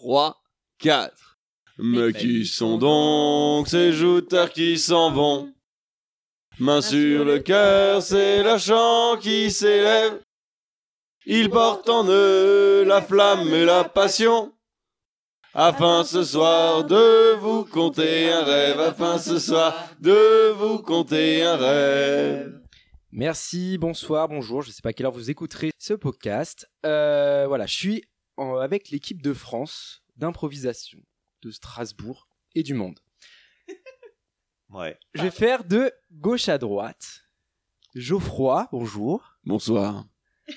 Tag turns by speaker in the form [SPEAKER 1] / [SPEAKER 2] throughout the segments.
[SPEAKER 1] 3, 4. Mais qui sont donc ces jouteurs qui s'en vont Main sur le cœur, c'est le chant qui s'élève. Ils portent en eux la flamme et la passion. Afin ce soir de vous compter un rêve, afin ce soir de vous compter un rêve.
[SPEAKER 2] Euh, Merci, bonsoir, bonjour. Je ne sais pas à quelle heure vous écouterez ce podcast. Euh, voilà, je suis en- avec l'équipe de France d'improvisation de Strasbourg et du monde.
[SPEAKER 3] Ouais.
[SPEAKER 2] Je vais faire de gauche à droite. Geoffroy, bonjour.
[SPEAKER 1] Bonsoir.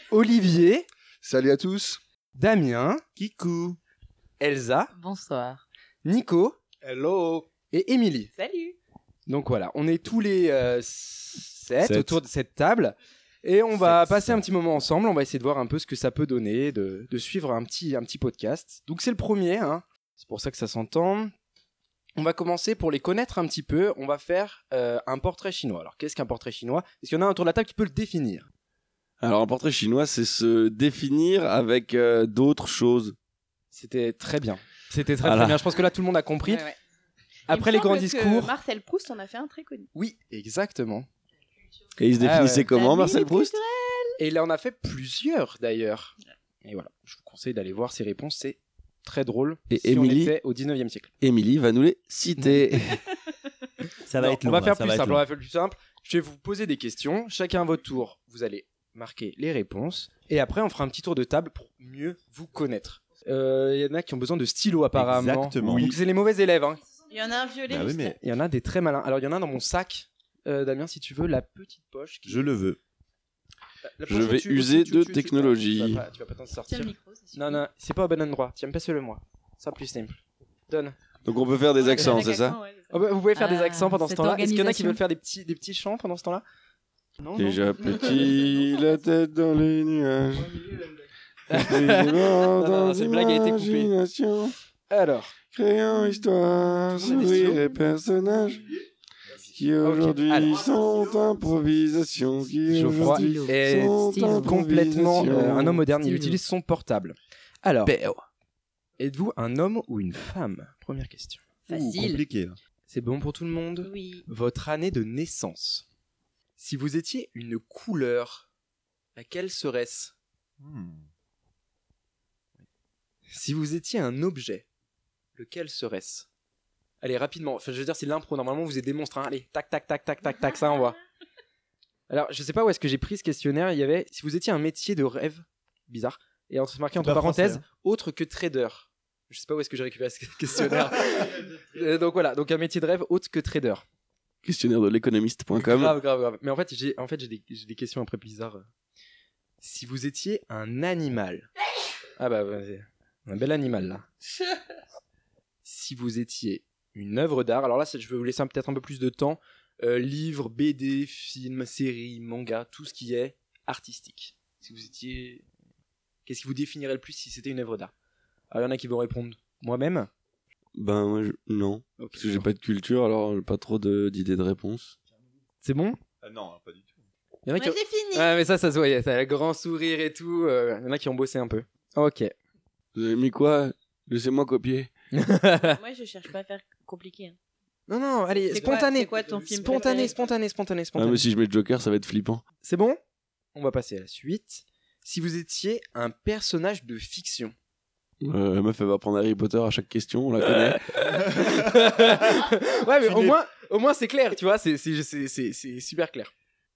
[SPEAKER 2] Olivier,
[SPEAKER 4] Salut à tous.
[SPEAKER 2] Damien,
[SPEAKER 3] Kikou.
[SPEAKER 2] Elsa,
[SPEAKER 5] Bonsoir.
[SPEAKER 2] Nico
[SPEAKER 3] Hello.
[SPEAKER 2] et Émilie.
[SPEAKER 5] Salut.
[SPEAKER 2] Donc voilà, on est tous les euh, sept,
[SPEAKER 1] Sept.
[SPEAKER 2] autour de cette table. Et on va
[SPEAKER 3] Sept,
[SPEAKER 2] passer un petit moment ensemble, on va essayer de voir un peu ce que ça peut donner, de, de suivre un petit, un petit podcast. Donc c'est le premier, hein. c'est pour ça que ça s'entend. On va commencer pour les connaître un petit peu, on va faire euh, un portrait chinois. Alors qu'est-ce qu'un portrait chinois Est-ce qu'il y en a un autour de la table qui peut le définir
[SPEAKER 1] Alors un portrait chinois, c'est se définir avec euh, d'autres choses.
[SPEAKER 2] C'était très bien. C'était très,
[SPEAKER 1] Voilà.
[SPEAKER 2] très bien, je pense que là tout le monde a compris.
[SPEAKER 5] Ouais, ouais.
[SPEAKER 2] Après
[SPEAKER 6] Il me
[SPEAKER 2] les
[SPEAKER 6] semble
[SPEAKER 2] grands
[SPEAKER 6] que
[SPEAKER 2] discours...
[SPEAKER 6] Marcel Proust en a fait un très connu.
[SPEAKER 2] Oui, exactement.
[SPEAKER 1] Et il se
[SPEAKER 2] Ah
[SPEAKER 1] définissait
[SPEAKER 2] ouais.
[SPEAKER 1] comment,
[SPEAKER 6] La
[SPEAKER 1] Marcel
[SPEAKER 6] minute
[SPEAKER 1] Proust
[SPEAKER 2] Et il en a fait plusieurs d'ailleurs. Et voilà, je vous conseille d'aller voir ses réponses, c'est très drôle.
[SPEAKER 1] Et
[SPEAKER 2] si on
[SPEAKER 1] Émilie
[SPEAKER 2] était au 19e siècle.
[SPEAKER 1] Émilie va nous les citer.
[SPEAKER 3] Ça va
[SPEAKER 2] Non,
[SPEAKER 3] être
[SPEAKER 2] on
[SPEAKER 3] long. hein,
[SPEAKER 2] va faire
[SPEAKER 3] ça
[SPEAKER 2] plus
[SPEAKER 3] être
[SPEAKER 2] simple, on
[SPEAKER 3] long.
[SPEAKER 2] va faire plus simple. Je vais vous poser des questions, chacun à votre tour, vous allez marquer les réponses et après on fera un petit tour de table pour mieux vous connaître. Euh, Il y en a qui ont besoin de stylo apparemment.
[SPEAKER 3] Exactement.
[SPEAKER 2] Donc c'est les mauvais élèves. hein.
[SPEAKER 6] Il y en a un violet.
[SPEAKER 3] Bah oui, mais
[SPEAKER 2] Il y en a des très malins. Alors il y en a un dans mon sac, euh, Damien, si tu veux, la petite poche. qui-
[SPEAKER 3] je le veux.
[SPEAKER 2] La- Bah, la
[SPEAKER 1] je
[SPEAKER 2] poche où
[SPEAKER 1] vais
[SPEAKER 2] tu- où
[SPEAKER 1] user
[SPEAKER 2] tu-
[SPEAKER 1] de
[SPEAKER 2] tu- tu- tu-
[SPEAKER 1] technologie.
[SPEAKER 2] Tu vas pas- tu vas pas t'en sortir.
[SPEAKER 6] micro,
[SPEAKER 2] Non, non, c'est pas au bon endroit. Tiens, passe-le moi. Ça plus simple. Donne.
[SPEAKER 1] Donc on peut faire
[SPEAKER 2] Ah,
[SPEAKER 1] des accents, c'est ça
[SPEAKER 2] Oh, bah, vous pouvez faire des
[SPEAKER 5] Ah,
[SPEAKER 2] accents pendant ce
[SPEAKER 5] cette
[SPEAKER 2] temps-là. Est-ce qu'il y en a qui
[SPEAKER 5] organisation.
[SPEAKER 2] veulent faire des petits, des petits chants pendant ce temps-là Non, non.
[SPEAKER 6] Oh
[SPEAKER 1] Déjà petit, la tête dans les nuages. Vivant
[SPEAKER 2] non,
[SPEAKER 1] dans
[SPEAKER 2] cette blague a été coupée.
[SPEAKER 1] l'imagination,
[SPEAKER 2] Alors,
[SPEAKER 6] Mmh.
[SPEAKER 1] Créant histoire,
[SPEAKER 2] On a des stylos
[SPEAKER 1] sourire et personnages qui aujourd'hui
[SPEAKER 2] Ah, alors.
[SPEAKER 1] sont improvisations, qui
[SPEAKER 3] Euh,
[SPEAKER 2] Je crois
[SPEAKER 1] aujourd'hui
[SPEAKER 2] est
[SPEAKER 1] sont
[SPEAKER 5] Steve
[SPEAKER 2] Eh, complètement
[SPEAKER 1] improvisations.
[SPEAKER 2] euh, un homme moderne. Il
[SPEAKER 5] Stylo.
[SPEAKER 2] utilise son portable. Alors, êtes-vous un homme ou une femme Première question.
[SPEAKER 3] Ouh,
[SPEAKER 5] Facile.
[SPEAKER 3] compliqué. hein. là.
[SPEAKER 2] C'est bon pour tout le monde
[SPEAKER 6] Oui.
[SPEAKER 2] Votre année de naissance. Si vous étiez une couleur, laquelle serait-ce
[SPEAKER 3] Hmm.
[SPEAKER 2] Si vous étiez un objet, lequel serait-ce Allez, rapidement. Enfin, je veux dire, c'est de l'impro. Normalement, vous êtes des monstres. hein. Allez, tac, tac, tac, tac, tac, tac, ça envoie. Alors, je sais pas où est-ce que j'ai pris ce questionnaire. Il y avait si vous étiez un métier de rêve, bizarre, et entre marqué entre
[SPEAKER 3] pas
[SPEAKER 2] parenthèses,
[SPEAKER 3] français, hein.
[SPEAKER 2] autre que trader. Je sais pas où est-ce que j'ai récupéré ce questionnaire. Euh, donc voilà, donc un métier de rêve autre que trader.
[SPEAKER 1] Questionnaire de l'économiste.com.
[SPEAKER 2] Grave, grave, grave. Mais en fait, j'ai en fait, j'ai des, j'ai des questions après bizarres. Si vous étiez un animal. Ah bah, vas-y. un bel animal là. Si vous étiez une œuvre d'art, alors là, c'est- je vais vous laisser un- peut-être un peu plus de temps. Euh, livre, BD, film, série, manga, tout ce qui est artistique. Si vous étiez. Qu'est-ce qui vous définirait le plus si c'était une œuvre d'art Alors, il y en a qui vont répondre moi-même.
[SPEAKER 1] Ben moi, je- non,
[SPEAKER 2] Ok.
[SPEAKER 1] parce que j'ai pas de culture, alors j'ai pas trop de- d'idées de réponse.
[SPEAKER 2] C'est bon
[SPEAKER 3] Ah non, pas du tout.
[SPEAKER 2] Il y en a
[SPEAKER 6] Moi
[SPEAKER 2] qui-
[SPEAKER 6] j'ai fini.
[SPEAKER 2] Ouais, mais ça, ça se voyait. Ça, le grand sourire et tout. euh, Il y en a qui ont bossé un peu. Ok.
[SPEAKER 1] Vous avez mis quoi Laissez-moi copier. Ah,
[SPEAKER 6] Moi je cherche pas à faire compliqué. hein.
[SPEAKER 2] Non, non, allez,
[SPEAKER 6] C'est quoi-
[SPEAKER 2] spontané.
[SPEAKER 6] C'est quoi ton film
[SPEAKER 2] spontané,
[SPEAKER 6] préféré
[SPEAKER 2] spontané, spontané,
[SPEAKER 1] Ah
[SPEAKER 2] spontané.
[SPEAKER 1] mais si je mets Joker, ça va être flippant.
[SPEAKER 2] C'est bon On va passer à la suite. Si vous étiez un personnage de fiction. Mm.
[SPEAKER 1] Euh, la meuf, elle va prendre Harry Potter à chaque question, on la connaît.
[SPEAKER 2] ouais, mais
[SPEAKER 3] Tu
[SPEAKER 2] au
[SPEAKER 3] l'es.
[SPEAKER 2] moins, au moins c'est clair, tu vois, c'est, c'est, c'est, c'est, c'est super clair.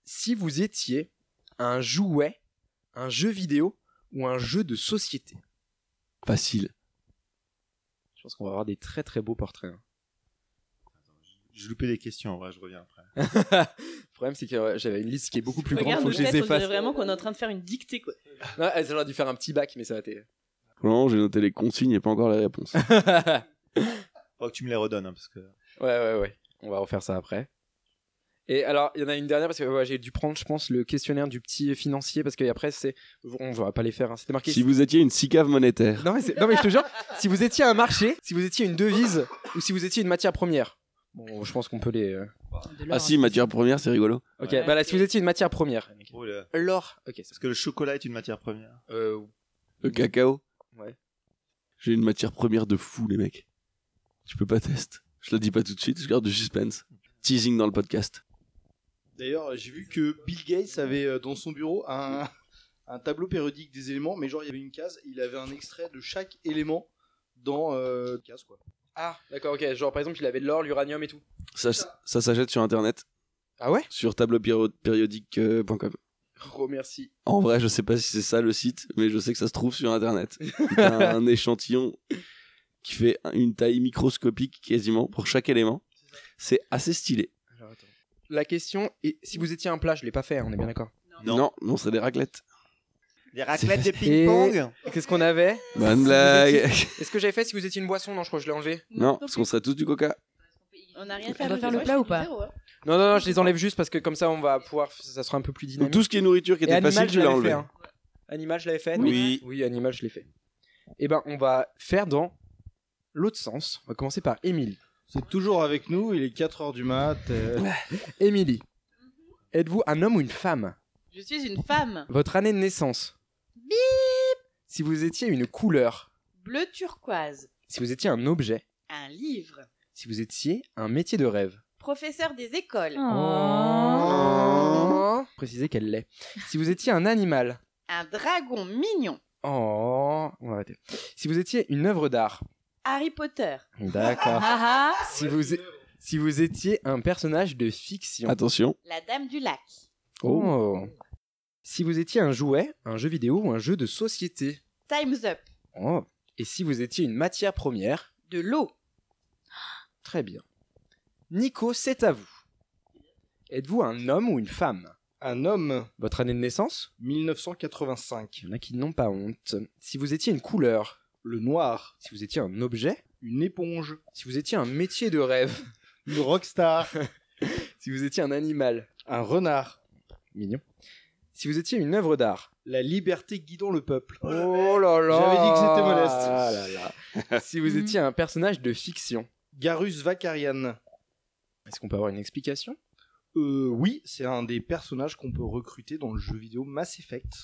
[SPEAKER 2] Si vous étiez un jouet, un jeu vidéo ou un jeu de société.
[SPEAKER 1] Facile.
[SPEAKER 2] Je pense qu'on va avoir des très très beaux portraits. hein.
[SPEAKER 3] J'ai loupé des questions, en vrai, je reviens après.
[SPEAKER 2] Le problème, c'est que euh, j'avais une liste qui est beaucoup plus grande,
[SPEAKER 6] Regarde,
[SPEAKER 2] faut
[SPEAKER 6] le
[SPEAKER 2] que je
[SPEAKER 6] tête,
[SPEAKER 2] les
[SPEAKER 6] on dirait
[SPEAKER 2] efface.
[SPEAKER 6] vraiment qu'on est en train de faire une dictée quoi.
[SPEAKER 2] Ouais, j'aurais dû faire un petit bac, mais ça va été.
[SPEAKER 1] Pour le moment, j'ai noté les consignes et pas encore les réponses.
[SPEAKER 2] ouais,
[SPEAKER 3] Faudra que tu me les redonnes, hein, parce que.
[SPEAKER 2] ouais, ouais. On va refaire ça après. Et alors, il y en a une dernière parce que ouais, j'ai dû prendre, je pense, le questionnaire du petit financier parce que après, c'est. On va pas les faire, hein. c'était marqué.
[SPEAKER 1] si vous étiez une cicave monétaire,
[SPEAKER 2] Non, mais c'est- non, mais je te jure, si vous étiez un marché, si vous étiez une devise ou si vous étiez une matière première. Bon, je pense qu'on peut les. euh,
[SPEAKER 5] De l'or.
[SPEAKER 1] ah si, matière première, c'est rigolo.
[SPEAKER 2] Ok,
[SPEAKER 3] Ouais.
[SPEAKER 2] bah là, si vous étiez une matière première.
[SPEAKER 3] Oh là.
[SPEAKER 2] L'or. Ok, Euh, ça-
[SPEAKER 3] Parce que le chocolat est une matière première.
[SPEAKER 2] euh,
[SPEAKER 1] Le cacao.
[SPEAKER 2] Ouais.
[SPEAKER 1] J'ai une matière première de fou, les mecs. Tu peux pas test. Je la dis pas tout de suite, je garde du suspense. Teasing dans le podcast.
[SPEAKER 4] D'ailleurs, j'ai vu que Bill Gates avait euh, dans son bureau un, un tableau périodique des éléments, mais genre il y avait une case, il avait un extrait de chaque élément dans euh, case quoi.
[SPEAKER 2] Ah, d'accord, ok. Genre, par exemple, il avait l'or, l'uranium et tout.
[SPEAKER 1] Ça, ça s'achète sur internet,
[SPEAKER 2] Ah ouais
[SPEAKER 1] sur tableaupériodique.com.
[SPEAKER 2] Remercie.
[SPEAKER 1] euh, En vrai, je sais pas si c'est ça le site, mais je sais que ça se trouve sur internet. T'as un échantillon qui fait un- une taille microscopique quasiment pour chaque élément. C'est assez stylé.
[SPEAKER 2] Alors, attends. La question est si vous étiez un plat, je l'ai pas fait, hein, on est bien d'accord.
[SPEAKER 1] Non, non, c'est des raclettes.
[SPEAKER 3] Des
[SPEAKER 1] raclettes de
[SPEAKER 2] ping-pong Qu'est-ce qu'on avait
[SPEAKER 1] Bonne blague.
[SPEAKER 2] Est-ce que j'avais fait si vous étiez une boisson Non, je crois que je l'ai enlevé.
[SPEAKER 1] Non, parce qu'on serait tous du coca.
[SPEAKER 6] On n'a rien
[SPEAKER 5] On
[SPEAKER 6] fait.
[SPEAKER 5] doit
[SPEAKER 6] à
[SPEAKER 5] faire
[SPEAKER 6] Moi, je
[SPEAKER 5] le plat
[SPEAKER 6] suis
[SPEAKER 5] ou pas
[SPEAKER 6] zéro, hein.
[SPEAKER 2] Non, non, non, je les enlève juste parce que comme ça, on va pouvoir. Ça sera un peu plus
[SPEAKER 1] Donc,
[SPEAKER 2] dynamique.
[SPEAKER 1] tout ce qui est nourriture qui
[SPEAKER 2] Et
[SPEAKER 1] était
[SPEAKER 2] animal,
[SPEAKER 1] facile, tu
[SPEAKER 2] je
[SPEAKER 1] l'as
[SPEAKER 2] l'avais
[SPEAKER 1] enlevé.
[SPEAKER 2] fait, hein. Animal, je l'avais fait
[SPEAKER 1] Oui.
[SPEAKER 2] Oui, animal, je l'ai fait. Eh ben, on va faire dans l'autre sens. On va commencer par Émilie.
[SPEAKER 4] C'est toujours avec nous, il est 4h du mat. euh,
[SPEAKER 2] Émilie, êtes-vous un homme ou une femme
[SPEAKER 6] Je suis une femme.
[SPEAKER 2] Votre année de naissance
[SPEAKER 6] Bip
[SPEAKER 2] Si vous étiez une couleur,
[SPEAKER 6] Bleu turquoise.
[SPEAKER 2] si vous étiez un objet,
[SPEAKER 6] Un livre.
[SPEAKER 2] si vous étiez un métier de rêve.
[SPEAKER 6] Professeur des écoles.
[SPEAKER 2] Oh. Précisez qu'elle l'est. Si vous étiez un animal.
[SPEAKER 6] Un dragon mignon.
[SPEAKER 2] Oh. On va arrêter. Si vous étiez une œuvre d'art.
[SPEAKER 6] Harry Potter.
[SPEAKER 2] D'accord.
[SPEAKER 5] Ah ah
[SPEAKER 2] si vous é- si vous étiez un personnage de fiction.
[SPEAKER 1] Attention.
[SPEAKER 6] La dame du lac.
[SPEAKER 2] Oh. Si vous étiez un jouet, un jeu vidéo ou un jeu de société.
[SPEAKER 6] Time's up.
[SPEAKER 2] Oh. Et si vous étiez une matière première.
[SPEAKER 6] De l'eau.
[SPEAKER 2] Très bien. Nico, c'est à vous. Êtes-vous un homme ou une femme
[SPEAKER 4] un homme,
[SPEAKER 2] Votre année de naissance
[SPEAKER 4] 1985.
[SPEAKER 2] Il y en a qui n'ont pas honte. Si vous étiez une couleur.
[SPEAKER 4] Le noir,
[SPEAKER 2] Si vous étiez un objet.
[SPEAKER 4] une éponge,
[SPEAKER 2] Si vous étiez un métier de rêve.
[SPEAKER 4] une rockstar,
[SPEAKER 2] Si vous étiez un animal.
[SPEAKER 4] un renard,
[SPEAKER 2] Mignon. Si vous étiez une œuvre d'art.
[SPEAKER 4] la liberté guidant le peuple.
[SPEAKER 2] Oh là là
[SPEAKER 4] J'avais dit que c'était modeste. Mm.
[SPEAKER 2] Ah là là. si vous étiez un personnage de fiction.
[SPEAKER 4] Garus Vakarian.
[SPEAKER 2] Est-ce qu'on peut avoir une explication
[SPEAKER 4] Euh, oui, c'est un des personnages qu'on peut recruter dans le jeu vidéo Mass Effect.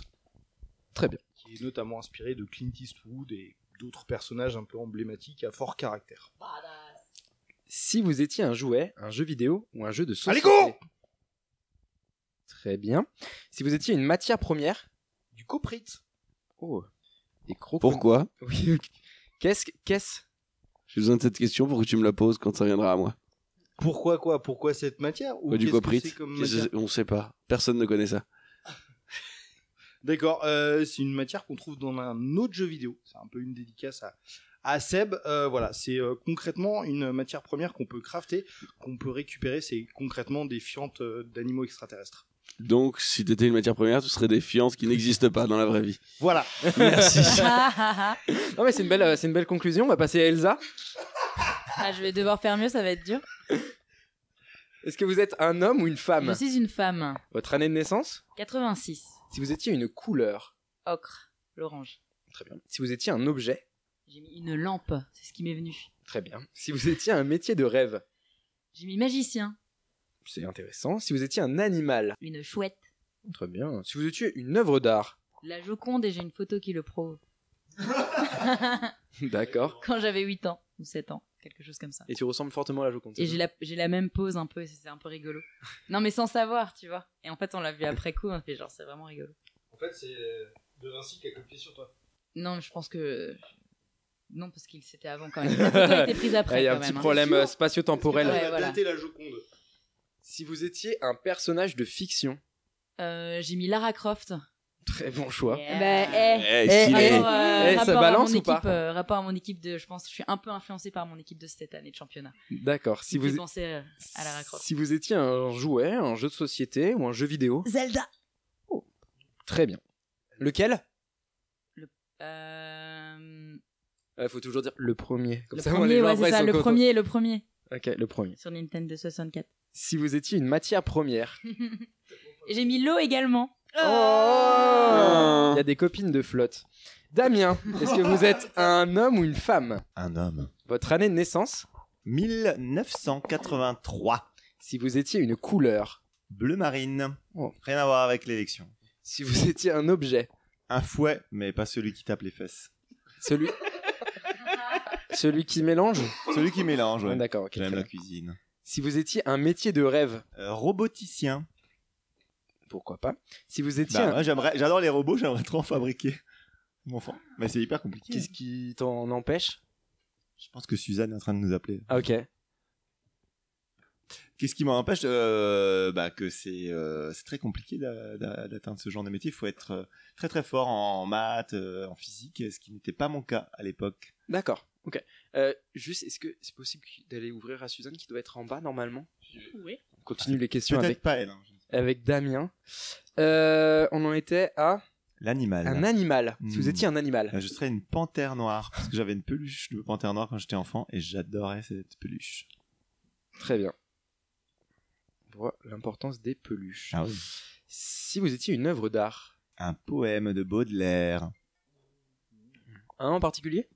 [SPEAKER 2] Très bien.
[SPEAKER 4] Qui est notamment inspiré de Clint Eastwood et d'autres personnages un peu emblématiques à fort caractère.
[SPEAKER 2] Si vous étiez un jouet, un jeu vidéo ou un jeu de société.
[SPEAKER 4] Allez, go
[SPEAKER 2] Très bien. Si vous étiez une matière première.
[SPEAKER 4] Du coprite.
[SPEAKER 2] Oh. Des crocs.
[SPEAKER 1] Pourquoi
[SPEAKER 2] Oui. ok. Qu'est-ce que- qu'est-ce
[SPEAKER 1] J'ai besoin de cette question pour que tu me la poses quand ça viendra à moi.
[SPEAKER 4] Pourquoi quoi Pourquoi cette matière Ou
[SPEAKER 1] Quoi, du
[SPEAKER 4] qu'est-ce que
[SPEAKER 1] coprite
[SPEAKER 4] c'est comme
[SPEAKER 1] Qu'est-ce que
[SPEAKER 4] matière
[SPEAKER 1] c'est On sait pas. Personne ne connaît ça.
[SPEAKER 4] D'accord, euh, c'est une matière qu'on trouve dans un autre jeu vidéo. C'est un peu une dédicace à, à Seb. Euh, voilà, c'est euh, concrètement une matière première qu'on peut crafter, qu'on peut récupérer. C'est concrètement des fientes euh, d'animaux extraterrestres.
[SPEAKER 1] Donc, si t'étais une matière première, tu serais des fiances qui n'existent pas dans la vraie vie.
[SPEAKER 4] Voilà.
[SPEAKER 1] Merci.
[SPEAKER 5] Ah, ah, ah.
[SPEAKER 2] Non mais c'est une belle, euh, c'est une belle conclusion. On va passer à Elsa.
[SPEAKER 5] Ah, je vais devoir faire mieux, ça va être dur.
[SPEAKER 2] Est-ce que vous êtes un homme ou une
[SPEAKER 5] Je
[SPEAKER 2] femme
[SPEAKER 5] suis une femme.
[SPEAKER 2] Votre année de naissance
[SPEAKER 5] 86.
[SPEAKER 2] Si vous étiez une couleur.
[SPEAKER 5] Ocre. L'orange.
[SPEAKER 2] Très bien. Si vous étiez un objet.
[SPEAKER 5] J'ai mis une lampe. C'est ce qui m'est venu.
[SPEAKER 2] Très bien. Si vous étiez un métier de rêve.
[SPEAKER 5] J'ai mis magicien.
[SPEAKER 2] C'est intéressant. Si vous étiez un animal.
[SPEAKER 5] Une chouette.
[SPEAKER 2] Très bien. Si vous étiez une œuvre d'art.
[SPEAKER 5] La Joconde et j'ai une photo qui le prouve.
[SPEAKER 2] D'accord.
[SPEAKER 5] Quand j'avais 8 ans. Ou 7 ans. Quelque chose comme ça.
[SPEAKER 2] Et tu ressembles fortement à la Joconde.
[SPEAKER 5] Et j'ai la, j'ai la même pose un peu, et c'est un peu rigolo. Non, mais sans savoir, tu vois. Et en fait, on l'a vu après coup, on fait genre, c'est vraiment rigolo.
[SPEAKER 4] En fait, c'est euh, De Vinci qui a copié sur toi.
[SPEAKER 5] Non, mais je pense que. Non, parce qu'il c'était avant quand même. La photo a été prise
[SPEAKER 2] Ah,
[SPEAKER 5] après.
[SPEAKER 2] il y a un
[SPEAKER 5] quand
[SPEAKER 2] petit
[SPEAKER 5] même, hein.
[SPEAKER 2] problème
[SPEAKER 4] Sûr
[SPEAKER 2] euh, spatio-temporel.
[SPEAKER 5] Ouais, voilà.
[SPEAKER 4] daté la Joconde.
[SPEAKER 2] Si vous étiez un personnage de fiction.
[SPEAKER 5] Euh, j'ai mis Lara Croft.
[SPEAKER 2] Très bon choix.
[SPEAKER 5] Bah, eh,
[SPEAKER 1] Eh,
[SPEAKER 2] Eh,
[SPEAKER 1] stylé.
[SPEAKER 2] eh,
[SPEAKER 5] Alors, euh,
[SPEAKER 2] Eh, ça
[SPEAKER 5] rapport à
[SPEAKER 2] balance
[SPEAKER 5] mon
[SPEAKER 2] ou pas
[SPEAKER 5] équipe, euh, Rapport à mon équipe de. Je pense que je suis un peu influencée par mon équipe de cette année de championnat.
[SPEAKER 2] D'accord. Si
[SPEAKER 5] Qui me
[SPEAKER 2] vous,
[SPEAKER 5] fait penser, euh, à Lara Croft.
[SPEAKER 2] si vous étiez un jouet, un jeu de société ou un jeu vidéo.
[SPEAKER 5] Zelda
[SPEAKER 2] Très bien. Lequel
[SPEAKER 5] euh...
[SPEAKER 2] Il faut toujours dire le premier. Comme
[SPEAKER 5] Le
[SPEAKER 2] ça, on
[SPEAKER 5] premier,
[SPEAKER 2] les gens
[SPEAKER 5] ouais,
[SPEAKER 2] après,
[SPEAKER 5] c'est
[SPEAKER 2] ils
[SPEAKER 5] ça,
[SPEAKER 2] sont
[SPEAKER 5] le
[SPEAKER 2] contents.
[SPEAKER 5] premier, le premier.
[SPEAKER 2] Ok, le premier.
[SPEAKER 5] Sur Nintendo 64.
[SPEAKER 2] Si vous étiez une matière première.
[SPEAKER 5] Et j'ai mis l'eau également. Ah,
[SPEAKER 2] Oh Il y a des copines de flotte. Damien, est-ce que vous êtes un homme ou une femme
[SPEAKER 3] Un homme.
[SPEAKER 2] Votre année de naissance
[SPEAKER 3] 1983.
[SPEAKER 2] Si vous étiez une couleur.
[SPEAKER 3] Bleu marine.
[SPEAKER 2] Oh.
[SPEAKER 3] Rien à voir avec l'élection.
[SPEAKER 2] Si vous étiez un objet.
[SPEAKER 3] Un fouet, mais pas celui qui tape les fesses.
[SPEAKER 2] Celui. Celui qui mélange
[SPEAKER 3] Celui qui mélange,
[SPEAKER 2] Ah,
[SPEAKER 3] ouais.
[SPEAKER 2] D'accord, ok. très
[SPEAKER 3] J'aime la
[SPEAKER 2] bien.
[SPEAKER 3] cuisine.
[SPEAKER 2] Si vous étiez un métier de rêve,
[SPEAKER 3] Euh, roboticien.
[SPEAKER 2] pourquoi pas Si vous étiez
[SPEAKER 3] Bah,
[SPEAKER 2] un-
[SPEAKER 3] moi, j'aimerais, j'adore les robots, j'aimerais trop en fabriquer. Mon enfant. Mais c'est hyper compliqué.
[SPEAKER 2] Qu'est-ce qui t'en empêche
[SPEAKER 3] Je pense que Suzanne est en train de nous appeler.
[SPEAKER 2] Ah, ok.
[SPEAKER 3] Qu'est-ce qui m'empêche euh, bah, que c'est, euh, c'est très compliqué d'a- d'a- d'atteindre ce genre de métier. Il faut être euh, très très fort en maths, euh, en physique, ce qui n'était pas mon cas à l'époque.
[SPEAKER 2] D'accord. Ok. Euh, juste, est-ce que c'est possible d'aller ouvrir à Suzanne qui doit être en bas normalement
[SPEAKER 5] Oui.
[SPEAKER 2] On continue les questions
[SPEAKER 3] Peut-être
[SPEAKER 2] avec,
[SPEAKER 3] pas elle. hein.
[SPEAKER 2] avec Damien. Euh, on en était à
[SPEAKER 3] L'animal.
[SPEAKER 2] un animal. Si vous
[SPEAKER 3] Hmm.
[SPEAKER 2] étiez un
[SPEAKER 3] Euh,
[SPEAKER 2] animal.
[SPEAKER 3] Je serais une panthère noire parce que j'avais une peluche de panthère noire quand j'étais enfant et j'adorais cette peluche.
[SPEAKER 2] Très bien. On voit l'importance des peluches.
[SPEAKER 3] Ah oui.
[SPEAKER 2] Si vous étiez une œuvre d'art,
[SPEAKER 3] Un poème de Baudelaire.
[SPEAKER 2] un en particulier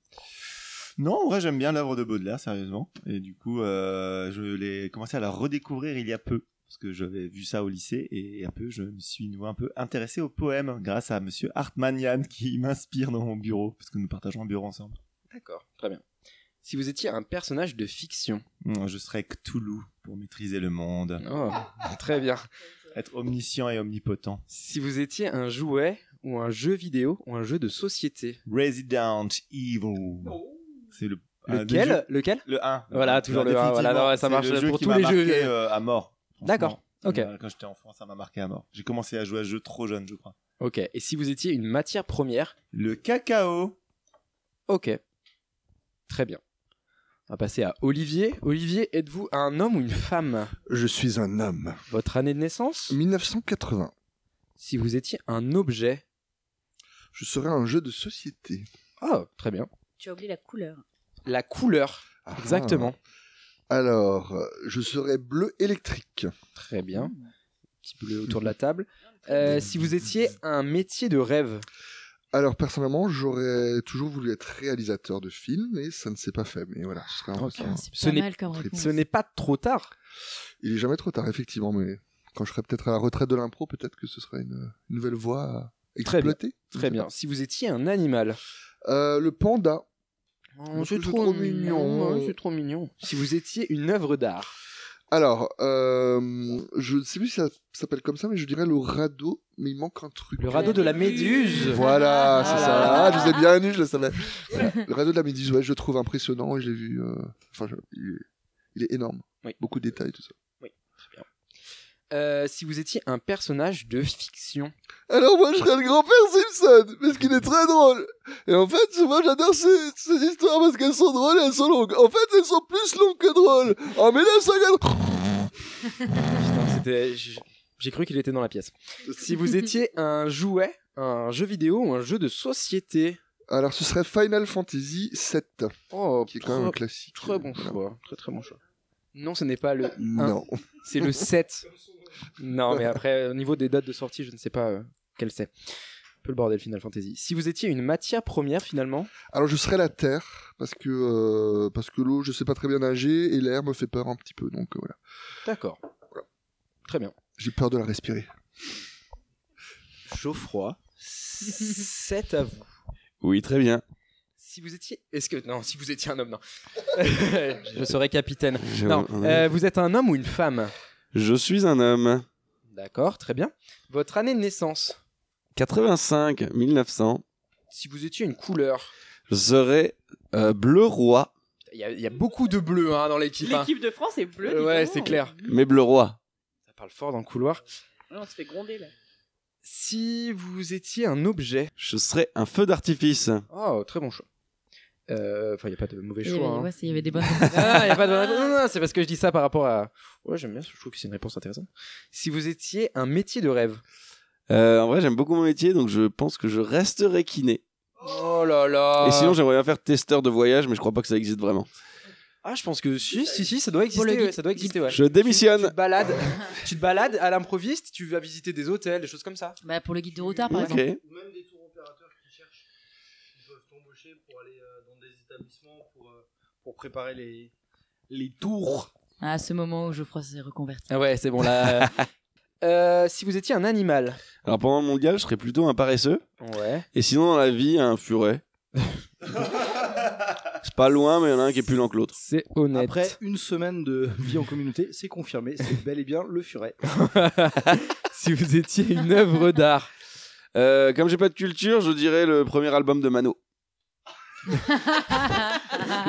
[SPEAKER 3] Non, en vrai, j'aime bien l'œuvre de Baudelaire, sérieusement. Et du coup, euh, je l'ai commencé à la redécouvrir il y a peu, parce que j'avais vu ça au lycée, et un peu, je me suis nouveau un peu intéressé au poème, grâce à monsieur Hartmannian, qui m'inspire dans mon bureau, parce que nous partageons un bureau ensemble.
[SPEAKER 2] D'accord, très bien. Si vous étiez un personnage de fiction.
[SPEAKER 3] Mm, Je serais Cthulhu, pour maîtriser le monde,
[SPEAKER 2] Oh, très bien.
[SPEAKER 3] être omniscient et omnipotent.
[SPEAKER 2] Si vous étiez un jouet ou un jeu vidéo ou un jeu de société.
[SPEAKER 3] Resident Evil.
[SPEAKER 5] Oh.
[SPEAKER 3] C'est le... un Ah, des jeux-
[SPEAKER 2] Lequel Lequel
[SPEAKER 3] Le 1.
[SPEAKER 2] Voilà, toujours le 1,
[SPEAKER 3] définitivement,
[SPEAKER 2] voilà, non, ça
[SPEAKER 3] c'est
[SPEAKER 2] marche
[SPEAKER 3] le jeu
[SPEAKER 2] pour
[SPEAKER 3] qui
[SPEAKER 2] tous
[SPEAKER 3] m'a
[SPEAKER 2] les jeux.
[SPEAKER 3] marqué, euh, à mort. franchement.
[SPEAKER 2] D'accord, ok.
[SPEAKER 3] Euh, Quand j'étais enfant, ça m'a marqué à mort. J'ai commencé à jouer à ce jeu trop jeune, je crois.
[SPEAKER 2] Ok. Et si vous étiez une matière première
[SPEAKER 3] Le cacao.
[SPEAKER 2] Ok. Très bien. On va passer à Olivier. Olivier, êtes-vous un homme ou une femme
[SPEAKER 7] Je suis un homme.
[SPEAKER 2] Votre année de naissance
[SPEAKER 7] 1980.
[SPEAKER 2] Si vous étiez un objet.
[SPEAKER 7] Je serai un jeu de société.
[SPEAKER 2] Oh, très bien.
[SPEAKER 5] Tu as oublié la couleur.
[SPEAKER 2] La couleur.
[SPEAKER 7] Ah.
[SPEAKER 2] Exactement.
[SPEAKER 7] Alors, euh, je serai bleu électrique.
[SPEAKER 2] Très bien.
[SPEAKER 5] Hmm.
[SPEAKER 2] Petit bleu autour de la table. Euh, si vous étiez un métier de rêve.
[SPEAKER 7] Alors, personnellement, j'aurais toujours voulu être réalisateur de films, mais ça ne s'est pas fait. Mais voilà, ce serait un peu ça.
[SPEAKER 2] Ce
[SPEAKER 5] C'est pas
[SPEAKER 2] n'est-
[SPEAKER 5] mal comme réponse.
[SPEAKER 2] Ce n'est pas trop tard.
[SPEAKER 7] Il est jamais trop tard, effectivement, mais quand je serai peut-être à la retraite de l'impro, peut-être que ce serait une, une nouvelle voie à
[SPEAKER 2] Très bien.
[SPEAKER 7] exploiter. Je
[SPEAKER 2] Très
[SPEAKER 7] sais
[SPEAKER 2] bien. Si vous étiez un animal.
[SPEAKER 7] pas. Euh, le panda.
[SPEAKER 2] Oh,
[SPEAKER 7] c'est trop mignon.
[SPEAKER 2] ouais, c'est trop mignon. Si vous étiez une œuvre d'art.
[SPEAKER 7] Alors, euh, je ne sais plus si ça s'appelle comme ça, mais je dirais le radeau, mais il manque un truc.
[SPEAKER 2] Le radeau de la méduse.
[SPEAKER 7] Voilà, c'est ça.
[SPEAKER 5] Voilà.
[SPEAKER 7] Ah, je vous ai bien eu, je le savais. Voilà. Le radeau de la Méduse, ouais, je le trouve impressionnant et je l'ai vu. euh, Enfin, je- il, est, il est énorme.
[SPEAKER 2] Oui.
[SPEAKER 7] Beaucoup de détails, tout ça.
[SPEAKER 2] Euh, si vous étiez un personnage de fiction.
[SPEAKER 7] Alors, moi, je serais le grand-père Simpson, parce qu'il est très drôle. Et en fait, moi, j'adore ces, ces histoires parce qu'elles sont drôles et elles sont longues. En fait, elles sont plus longues que drôles. En 1950.
[SPEAKER 2] Putain, c'était. j- J'ai cru qu'il était dans la pièce. Si vous étiez un jouet, un jeu vidéo ou un jeu de société.
[SPEAKER 7] Alors, ce serait Final Fantasy 7,
[SPEAKER 2] Oh,
[SPEAKER 7] qui est quand même un
[SPEAKER 2] très,
[SPEAKER 7] classique.
[SPEAKER 2] très bon
[SPEAKER 7] Voilà.
[SPEAKER 2] choix. Très très bon choix. Non, ce n'est pas le 1,
[SPEAKER 7] Non.
[SPEAKER 2] c'est le 7. Non, mais après, au niveau des dates de sortie, je ne sais pas euh, quel c'est. Un peu le bordel Final Fantasy. Si vous étiez une matière première finalement.
[SPEAKER 7] Alors je serais la terre parce que euh, parce que l'eau je sais pas très bien nager et l'air me fait peur un petit peu donc euh, voilà
[SPEAKER 2] D'accord. Très bien.
[SPEAKER 7] j'ai peur de la respirer.
[SPEAKER 2] Geoffroy, 7 à vous.
[SPEAKER 1] Oui, très bien.
[SPEAKER 2] Si vous étiez. Est-ce que. Non, si vous étiez un homme, non. je serais capitaine. Non, euh, vous êtes un homme ou une femme
[SPEAKER 1] Je suis un homme.
[SPEAKER 2] D'accord, très bien. Votre année de naissance
[SPEAKER 1] 85 1900.
[SPEAKER 2] Si vous étiez une couleur
[SPEAKER 1] Je serai euh, bleu roi.
[SPEAKER 2] Il y, a- il y a beaucoup de bleu hein, dans l'équipe. hein.
[SPEAKER 6] L'équipe de France est bleue.
[SPEAKER 2] Euh,
[SPEAKER 6] dis
[SPEAKER 2] ouais,
[SPEAKER 6] donc.
[SPEAKER 2] c'est clair.
[SPEAKER 1] Mais bleu roi.
[SPEAKER 2] Ça parle fort dans le couloir.
[SPEAKER 6] Ouais, Oh, on se fait gronder là.
[SPEAKER 2] Si vous étiez un objet.
[SPEAKER 1] Je serai un feu d'artifice.
[SPEAKER 2] Oh, très bon choix. Euh, Enfin, il n'y a pas de mauvais
[SPEAKER 5] Il y avait-
[SPEAKER 2] choix. hein.
[SPEAKER 5] ouais, c'est- il y avait des bonnes
[SPEAKER 2] Ah, non, il y a pas de bonne réponse. Non, non, c'est parce que je dis ça par rapport à. Ouais, j'aime bien, je trouve que c'est une réponse intéressante. Si vous étiez un métier de rêve.
[SPEAKER 1] Euh, en vrai, j'aime beaucoup mon métier, donc je pense que je resterai kiné.
[SPEAKER 2] Oh là là
[SPEAKER 1] Et sinon, j'aimerais bien faire testeur de voyage, mais je crois pas que ça existe vraiment.
[SPEAKER 2] Ah, je pense que si, si, si, ça doit exister.
[SPEAKER 5] guide.
[SPEAKER 2] ouais, ça doit exister, ouais.
[SPEAKER 1] Je démissionne.
[SPEAKER 2] Tu, tu te balades, tu te balades à l'improviste, tu vas visiter des hôtels, des choses comme ça.
[SPEAKER 5] Bah, pour le guide de retard, par
[SPEAKER 1] Ok.
[SPEAKER 5] exemple.
[SPEAKER 4] Ou même des tours opérateurs qui cherchent, qui peuvent t'embaucher pour aller euh, dans des établissements pour, euh, pour préparer les, les tours.
[SPEAKER 5] À ce moment où Geoffroy s'est reconverti.
[SPEAKER 2] Ah ouais, c'est bon là. euh, si vous étiez un animal.
[SPEAKER 1] Alors pendant le mondial, je serais plutôt un paresseux.
[SPEAKER 2] Ouais.
[SPEAKER 1] Et sinon, dans la vie, un furet. C'est pas loin, mais il y en a un qui est plus lent que l'autre.
[SPEAKER 2] C'est honnête.
[SPEAKER 4] Après une semaine de vie en communauté, c'est confirmé, c'est bel et bien le furet.
[SPEAKER 2] si vous étiez une œuvre d'art.
[SPEAKER 1] Euh, comme j'ai pas de culture, je dirais le premier album de Mano.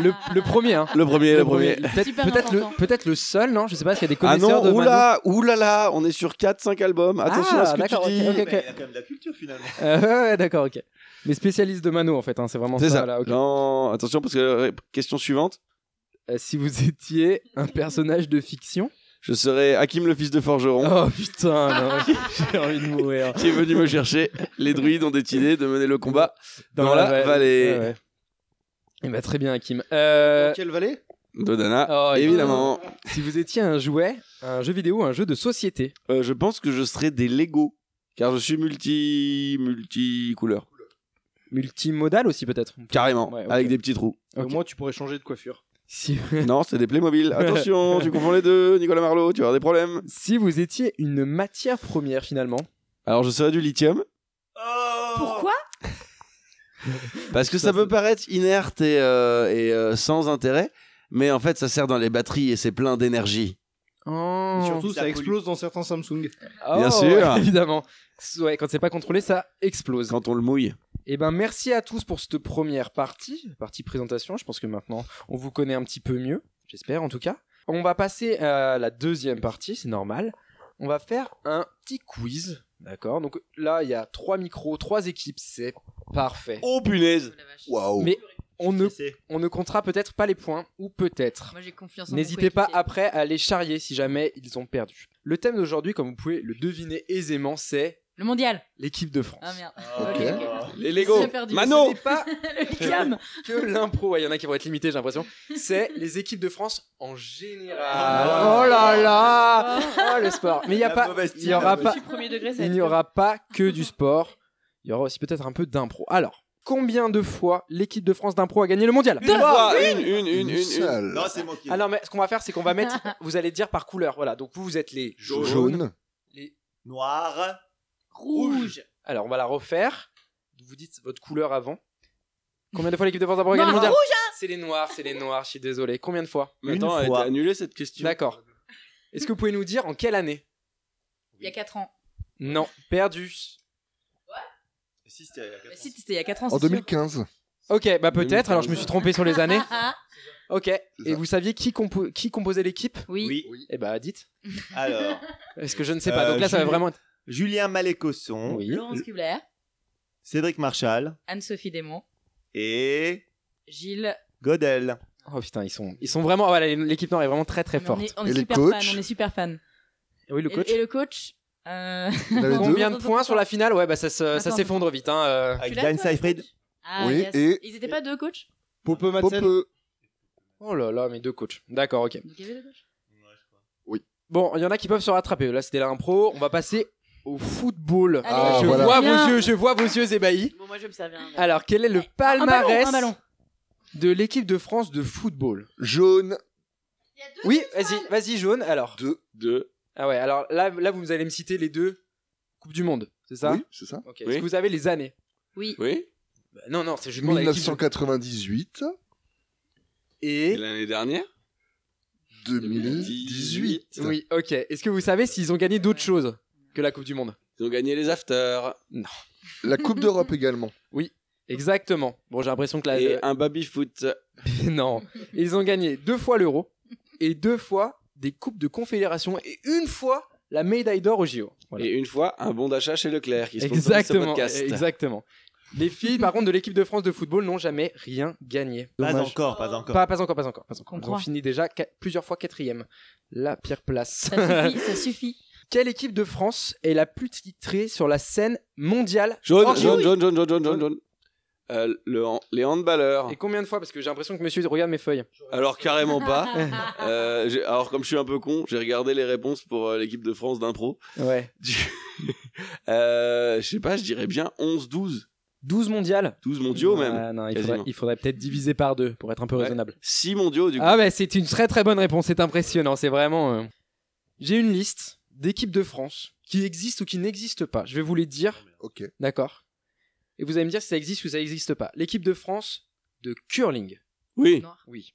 [SPEAKER 2] Le, le premier, hein.
[SPEAKER 1] Le premier, le, premier.
[SPEAKER 2] Peut-être
[SPEAKER 5] Super
[SPEAKER 2] peut-être le,
[SPEAKER 5] important.
[SPEAKER 2] peut-être le seul, non Je sais pas s'il y a des
[SPEAKER 1] Ah
[SPEAKER 2] connaisseurs
[SPEAKER 1] non,
[SPEAKER 2] de Mano.
[SPEAKER 1] oula, oulala, on est sur 4-5 albums. Attention
[SPEAKER 2] Ah,
[SPEAKER 1] à ce que
[SPEAKER 2] d'accord,
[SPEAKER 1] tu dis.
[SPEAKER 2] ok, ok.
[SPEAKER 3] a quand même de la culture finalement.
[SPEAKER 2] Euh, ouais, ouais, d'accord, ok. Mais spécialiste de Mano, en fait, hein, c'est vraiment ça.
[SPEAKER 1] C'est ça.
[SPEAKER 2] là, ok.
[SPEAKER 1] Non, attention, parce que euh, question suivante,
[SPEAKER 2] Euh, si vous étiez un personnage de fiction.
[SPEAKER 1] je serais Hakim le fils de Forgeron.
[SPEAKER 2] Oh putain, non, j'ai envie de mourir.
[SPEAKER 1] Qui est venu me chercher. Les druides ont décidé de mener le combat dans la vallée.
[SPEAKER 2] Ouais, ouais. Eh ben, très bien, Hakim. Euh,
[SPEAKER 4] Quelle vallée
[SPEAKER 1] de Dana.
[SPEAKER 2] oh,
[SPEAKER 1] Ah, Évidemment.
[SPEAKER 2] Si vous étiez un jouet, un jeu vidéo, un jeu de société.
[SPEAKER 1] Euh, je pense que je serais des Lego, car je suis multi, multi couleur,
[SPEAKER 2] Multimodal aussi, peut-être.
[SPEAKER 1] carrément,
[SPEAKER 2] Ouais, ok.
[SPEAKER 1] avec des petits trous.
[SPEAKER 4] Au
[SPEAKER 2] Ok.
[SPEAKER 4] moins tu pourrais changer de coiffure.
[SPEAKER 2] Si,
[SPEAKER 1] non, c'est des Playmobil. Attention, tu confonds les deux, Nicolas Marlowe, tu vas avoir des problèmes.
[SPEAKER 2] si vous étiez une matière première, finalement.
[SPEAKER 1] Alors je serais du lithium,
[SPEAKER 5] Pourquoi
[SPEAKER 1] parce que ça peut paraître inerte et, euh, et, euh, sans intérêt, mais en fait ça sert dans les batteries et c'est plein d'énergie.
[SPEAKER 2] Oh.
[SPEAKER 4] Surtout
[SPEAKER 3] ça
[SPEAKER 4] ça
[SPEAKER 3] pollue.
[SPEAKER 4] explose dans certains Samsung.
[SPEAKER 2] Oh,
[SPEAKER 1] Bien sûr.
[SPEAKER 2] Évidemment. Ouais, quand c'est pas contrôlé, ça explose.
[SPEAKER 1] Quand on le mouille,
[SPEAKER 2] Eh ben, merci à tous pour cette première partie, partie présentation. Je pense que maintenant, on vous connaît un petit peu mieux, j'espère en tout cas. On va passer à la deuxième partie, c'est normal. On va faire un petit quiz, d'accord Donc là, il y a trois micros, trois équipes, c'est parfait.
[SPEAKER 1] oh punaise, waouh.
[SPEAKER 2] Mais on ne,
[SPEAKER 3] C'est
[SPEAKER 2] on ne comptera peut-être pas les points, ou peut-être.
[SPEAKER 5] Moi j'ai confiance en mon
[SPEAKER 2] N'hésitez pas
[SPEAKER 5] coéquipier.
[SPEAKER 2] Ah, après à les charrier si jamais ils ont perdu. Le thème d'aujourd'hui, comme vous pouvez le deviner aisément, c'est
[SPEAKER 5] Le mondial.
[SPEAKER 2] l'équipe de France.
[SPEAKER 5] Ah merde.
[SPEAKER 1] Les Lego,
[SPEAKER 5] J'ai perdu.
[SPEAKER 2] Ce
[SPEAKER 1] Mano,
[SPEAKER 2] n'est pas
[SPEAKER 5] le Liam.
[SPEAKER 2] que l'impro. Ouais, Il y en a qui vont être limités, j'ai l'impression. C'est les équipes de France en général.
[SPEAKER 3] Oh
[SPEAKER 2] Oh là
[SPEAKER 5] Ah.
[SPEAKER 2] là Oh le sport Mais il n'y a
[SPEAKER 3] La
[SPEAKER 2] pas,
[SPEAKER 3] mauvaise
[SPEAKER 2] il y aura
[SPEAKER 3] team.
[SPEAKER 2] pas,
[SPEAKER 6] Du premier degré, ça va
[SPEAKER 2] il
[SPEAKER 6] être
[SPEAKER 2] n'y aura pas que du sport. Il y aura aussi peut-être un peu d'impro. Alors, combien de fois l'équipe de France d'impro a gagné le mondial
[SPEAKER 1] une fois, une, une, une, une, une.
[SPEAKER 8] Sale.
[SPEAKER 3] Non, c'est moi qui.
[SPEAKER 2] Alors, mais ce qu'on va faire, c'est qu'on va mettre. Vous allez dire par couleur. Voilà. Donc vous, vous êtes les jaunes.
[SPEAKER 3] Jaune.
[SPEAKER 8] Jaune.
[SPEAKER 2] les-
[SPEAKER 3] Noir.
[SPEAKER 6] Rouge.
[SPEAKER 2] Alors on va la refaire. Vous dites votre couleur avant. Combien de fois l'équipe de France d'impro a
[SPEAKER 5] Noir,
[SPEAKER 2] gagné le mondial
[SPEAKER 6] hein.
[SPEAKER 2] C'est les noirs, c'est les noirs. Je suis désolé. Combien de fois
[SPEAKER 1] Mais
[SPEAKER 3] Une
[SPEAKER 1] attends, elle
[SPEAKER 3] fois.
[SPEAKER 1] a été annulée cette question.
[SPEAKER 2] D'accord. Est-ce que vous pouvez nous dire en quelle année
[SPEAKER 5] Il y a 4 ans.
[SPEAKER 2] Non, perdu.
[SPEAKER 3] Si, c'était il y a
[SPEAKER 5] Bah,
[SPEAKER 3] quatre
[SPEAKER 5] si, c'était il y a 4 ans.
[SPEAKER 8] En
[SPEAKER 5] c'est sûr.
[SPEAKER 8] 2015.
[SPEAKER 2] Ok, bah peut-être. Alors je me suis trompé sur les années.
[SPEAKER 5] Ah, ah,
[SPEAKER 2] Ok. Et
[SPEAKER 8] ça.
[SPEAKER 2] vous saviez qui, compo- qui composait l'équipe
[SPEAKER 3] ans.
[SPEAKER 5] oui.
[SPEAKER 3] Oui.
[SPEAKER 2] Eh bah dites.
[SPEAKER 3] Alors,
[SPEAKER 2] Est-ce que je ne sais pas
[SPEAKER 3] Euh,
[SPEAKER 2] Donc là, ça va
[SPEAKER 3] Julie.
[SPEAKER 2] vraiment. être-
[SPEAKER 3] Julien Malécosson,
[SPEAKER 2] Oui.
[SPEAKER 5] Laurence Kubler,
[SPEAKER 3] Cédric Marchal
[SPEAKER 5] Anne-Sophie Desmond,
[SPEAKER 3] et
[SPEAKER 5] Gilles.
[SPEAKER 3] Godel.
[SPEAKER 2] Oh putain, ils sont, ils sont vraiment. Voilà, l'équipe noire est vraiment très très
[SPEAKER 5] Mais on
[SPEAKER 2] forte.
[SPEAKER 5] est, on
[SPEAKER 8] Et
[SPEAKER 5] est
[SPEAKER 8] les
[SPEAKER 5] super
[SPEAKER 8] coachs
[SPEAKER 5] fan. On est super fan.
[SPEAKER 2] Oui, le
[SPEAKER 5] Et-
[SPEAKER 2] coach.
[SPEAKER 5] Et, le coach. euh,
[SPEAKER 8] Il y en avait deux.
[SPEAKER 2] Combien de points sur la finale Ouais, bah ça se- ça
[SPEAKER 5] Attends.
[SPEAKER 2] s'effondre vite. Hein. euh.
[SPEAKER 3] Avec
[SPEAKER 5] tu l'as,
[SPEAKER 3] Dan
[SPEAKER 5] toi, le
[SPEAKER 3] Seyfried.
[SPEAKER 5] coach Ah,
[SPEAKER 8] Oui,
[SPEAKER 5] yes.
[SPEAKER 8] et-
[SPEAKER 5] Ils étaient pas deux coachs
[SPEAKER 4] Pope Madsen.
[SPEAKER 8] Popeux.
[SPEAKER 2] Oh là là, mes deux coachs. D'accord, ok.
[SPEAKER 5] Donc, il y avait deux coachs.
[SPEAKER 2] Bon, il y en a qui peuvent se rattraper. Là, c'était la impro. On va passer au football. Ah,
[SPEAKER 5] Allez,
[SPEAKER 2] je
[SPEAKER 8] voilà.
[SPEAKER 2] vois
[SPEAKER 5] Bien.
[SPEAKER 2] vos yeux, je vois vos yeux ébahis.
[SPEAKER 6] Bon, moi, je vais me servir un verre.
[SPEAKER 2] Alors, quel est le
[SPEAKER 5] Un ballon,
[SPEAKER 2] palmarès
[SPEAKER 5] un ballon.
[SPEAKER 2] de l'équipe de France de football
[SPEAKER 8] Jaune.
[SPEAKER 2] Oui, vas-y, vas-y, jaune. Alors,
[SPEAKER 8] Deux.
[SPEAKER 1] Deux.
[SPEAKER 2] ah ouais, alors là, là, vous allez me citer les deux Coupe du Monde, c'est ça
[SPEAKER 8] Oui, c'est ça.
[SPEAKER 2] Ok.
[SPEAKER 1] Oui.
[SPEAKER 2] Est-ce que vous avez les années
[SPEAKER 5] Oui.
[SPEAKER 1] Oui.
[SPEAKER 2] Bah, Non, non, c'est je demande à l'équipe de-
[SPEAKER 8] 1998.
[SPEAKER 1] Et
[SPEAKER 2] Et
[SPEAKER 1] l'année dernière
[SPEAKER 8] 2018.
[SPEAKER 2] oui, ok. Est-ce que vous savez s'ils ont gagné d'autres choses que la Coupe du Monde
[SPEAKER 1] Ils ont gagné les afters.
[SPEAKER 8] La Coupe d'Europe également.
[SPEAKER 2] Exactement. Bon, j'ai l'impression que là,
[SPEAKER 1] Et un baby foot.
[SPEAKER 2] non, ils ont gagné deux fois l'Euro et deux fois des coupes de confédération et une fois la médaille d'or au JO. Voilà.
[SPEAKER 1] Et une fois, un bon d'achat chez Leclerc qui sponsorise ce
[SPEAKER 2] Exactement,
[SPEAKER 1] podcast.
[SPEAKER 2] exactement. Les filles, par contre, de l'équipe de France de football n'ont jamais rien gagné.
[SPEAKER 3] Pas
[SPEAKER 2] Dommage.
[SPEAKER 3] encore, pas encore.
[SPEAKER 2] Pas, pas encore, pas encore. Pas
[SPEAKER 5] Qu'on
[SPEAKER 2] encore. Elles ont
[SPEAKER 5] croit.
[SPEAKER 2] fini déjà qua- plusieurs fois quatrième. La pire place.
[SPEAKER 5] Ça suffit, ça suffit.
[SPEAKER 2] Quelle équipe de France est la plus titrée sur la scène mondiale
[SPEAKER 1] Jaune,
[SPEAKER 2] Oh,
[SPEAKER 1] jaune,
[SPEAKER 2] oui.
[SPEAKER 1] jaune, jaune, jaune, jaune, jaune, jaune. Euh, le han- les handballeurs.
[SPEAKER 2] Et combien de fois Parce que j'ai l'impression que monsieur regarde mes feuilles.
[SPEAKER 1] Alors carrément pas. Euh, j'ai- alors comme je suis un peu con, j'ai regardé les réponses pour euh, l'équipe de France d'impro.
[SPEAKER 2] Ouais.
[SPEAKER 1] Du- Euh, je sais pas, je dirais bien 11, 12.
[SPEAKER 2] 12 mondiales
[SPEAKER 1] 12 mondiaux même.
[SPEAKER 2] Ah, non, il
[SPEAKER 1] quasiment.
[SPEAKER 2] faudrait, il faudrait peut-être diviser par deux pour être un peu
[SPEAKER 1] Ouais.
[SPEAKER 2] raisonnable.
[SPEAKER 1] 6 mondiaux du coup.
[SPEAKER 2] Ah bah c'est une très très bonne réponse, c'est impressionnant, c'est vraiment... euh. J'ai une liste d'équipes de France qui existent ou qui n'existent pas. Je vais vous les dire,
[SPEAKER 8] Ok.
[SPEAKER 2] d'accord Et vous allez me dire si ça existe ou ça n'existe pas. L'équipe de France de curling.
[SPEAKER 1] Oui.
[SPEAKER 5] Noir.
[SPEAKER 2] Oui.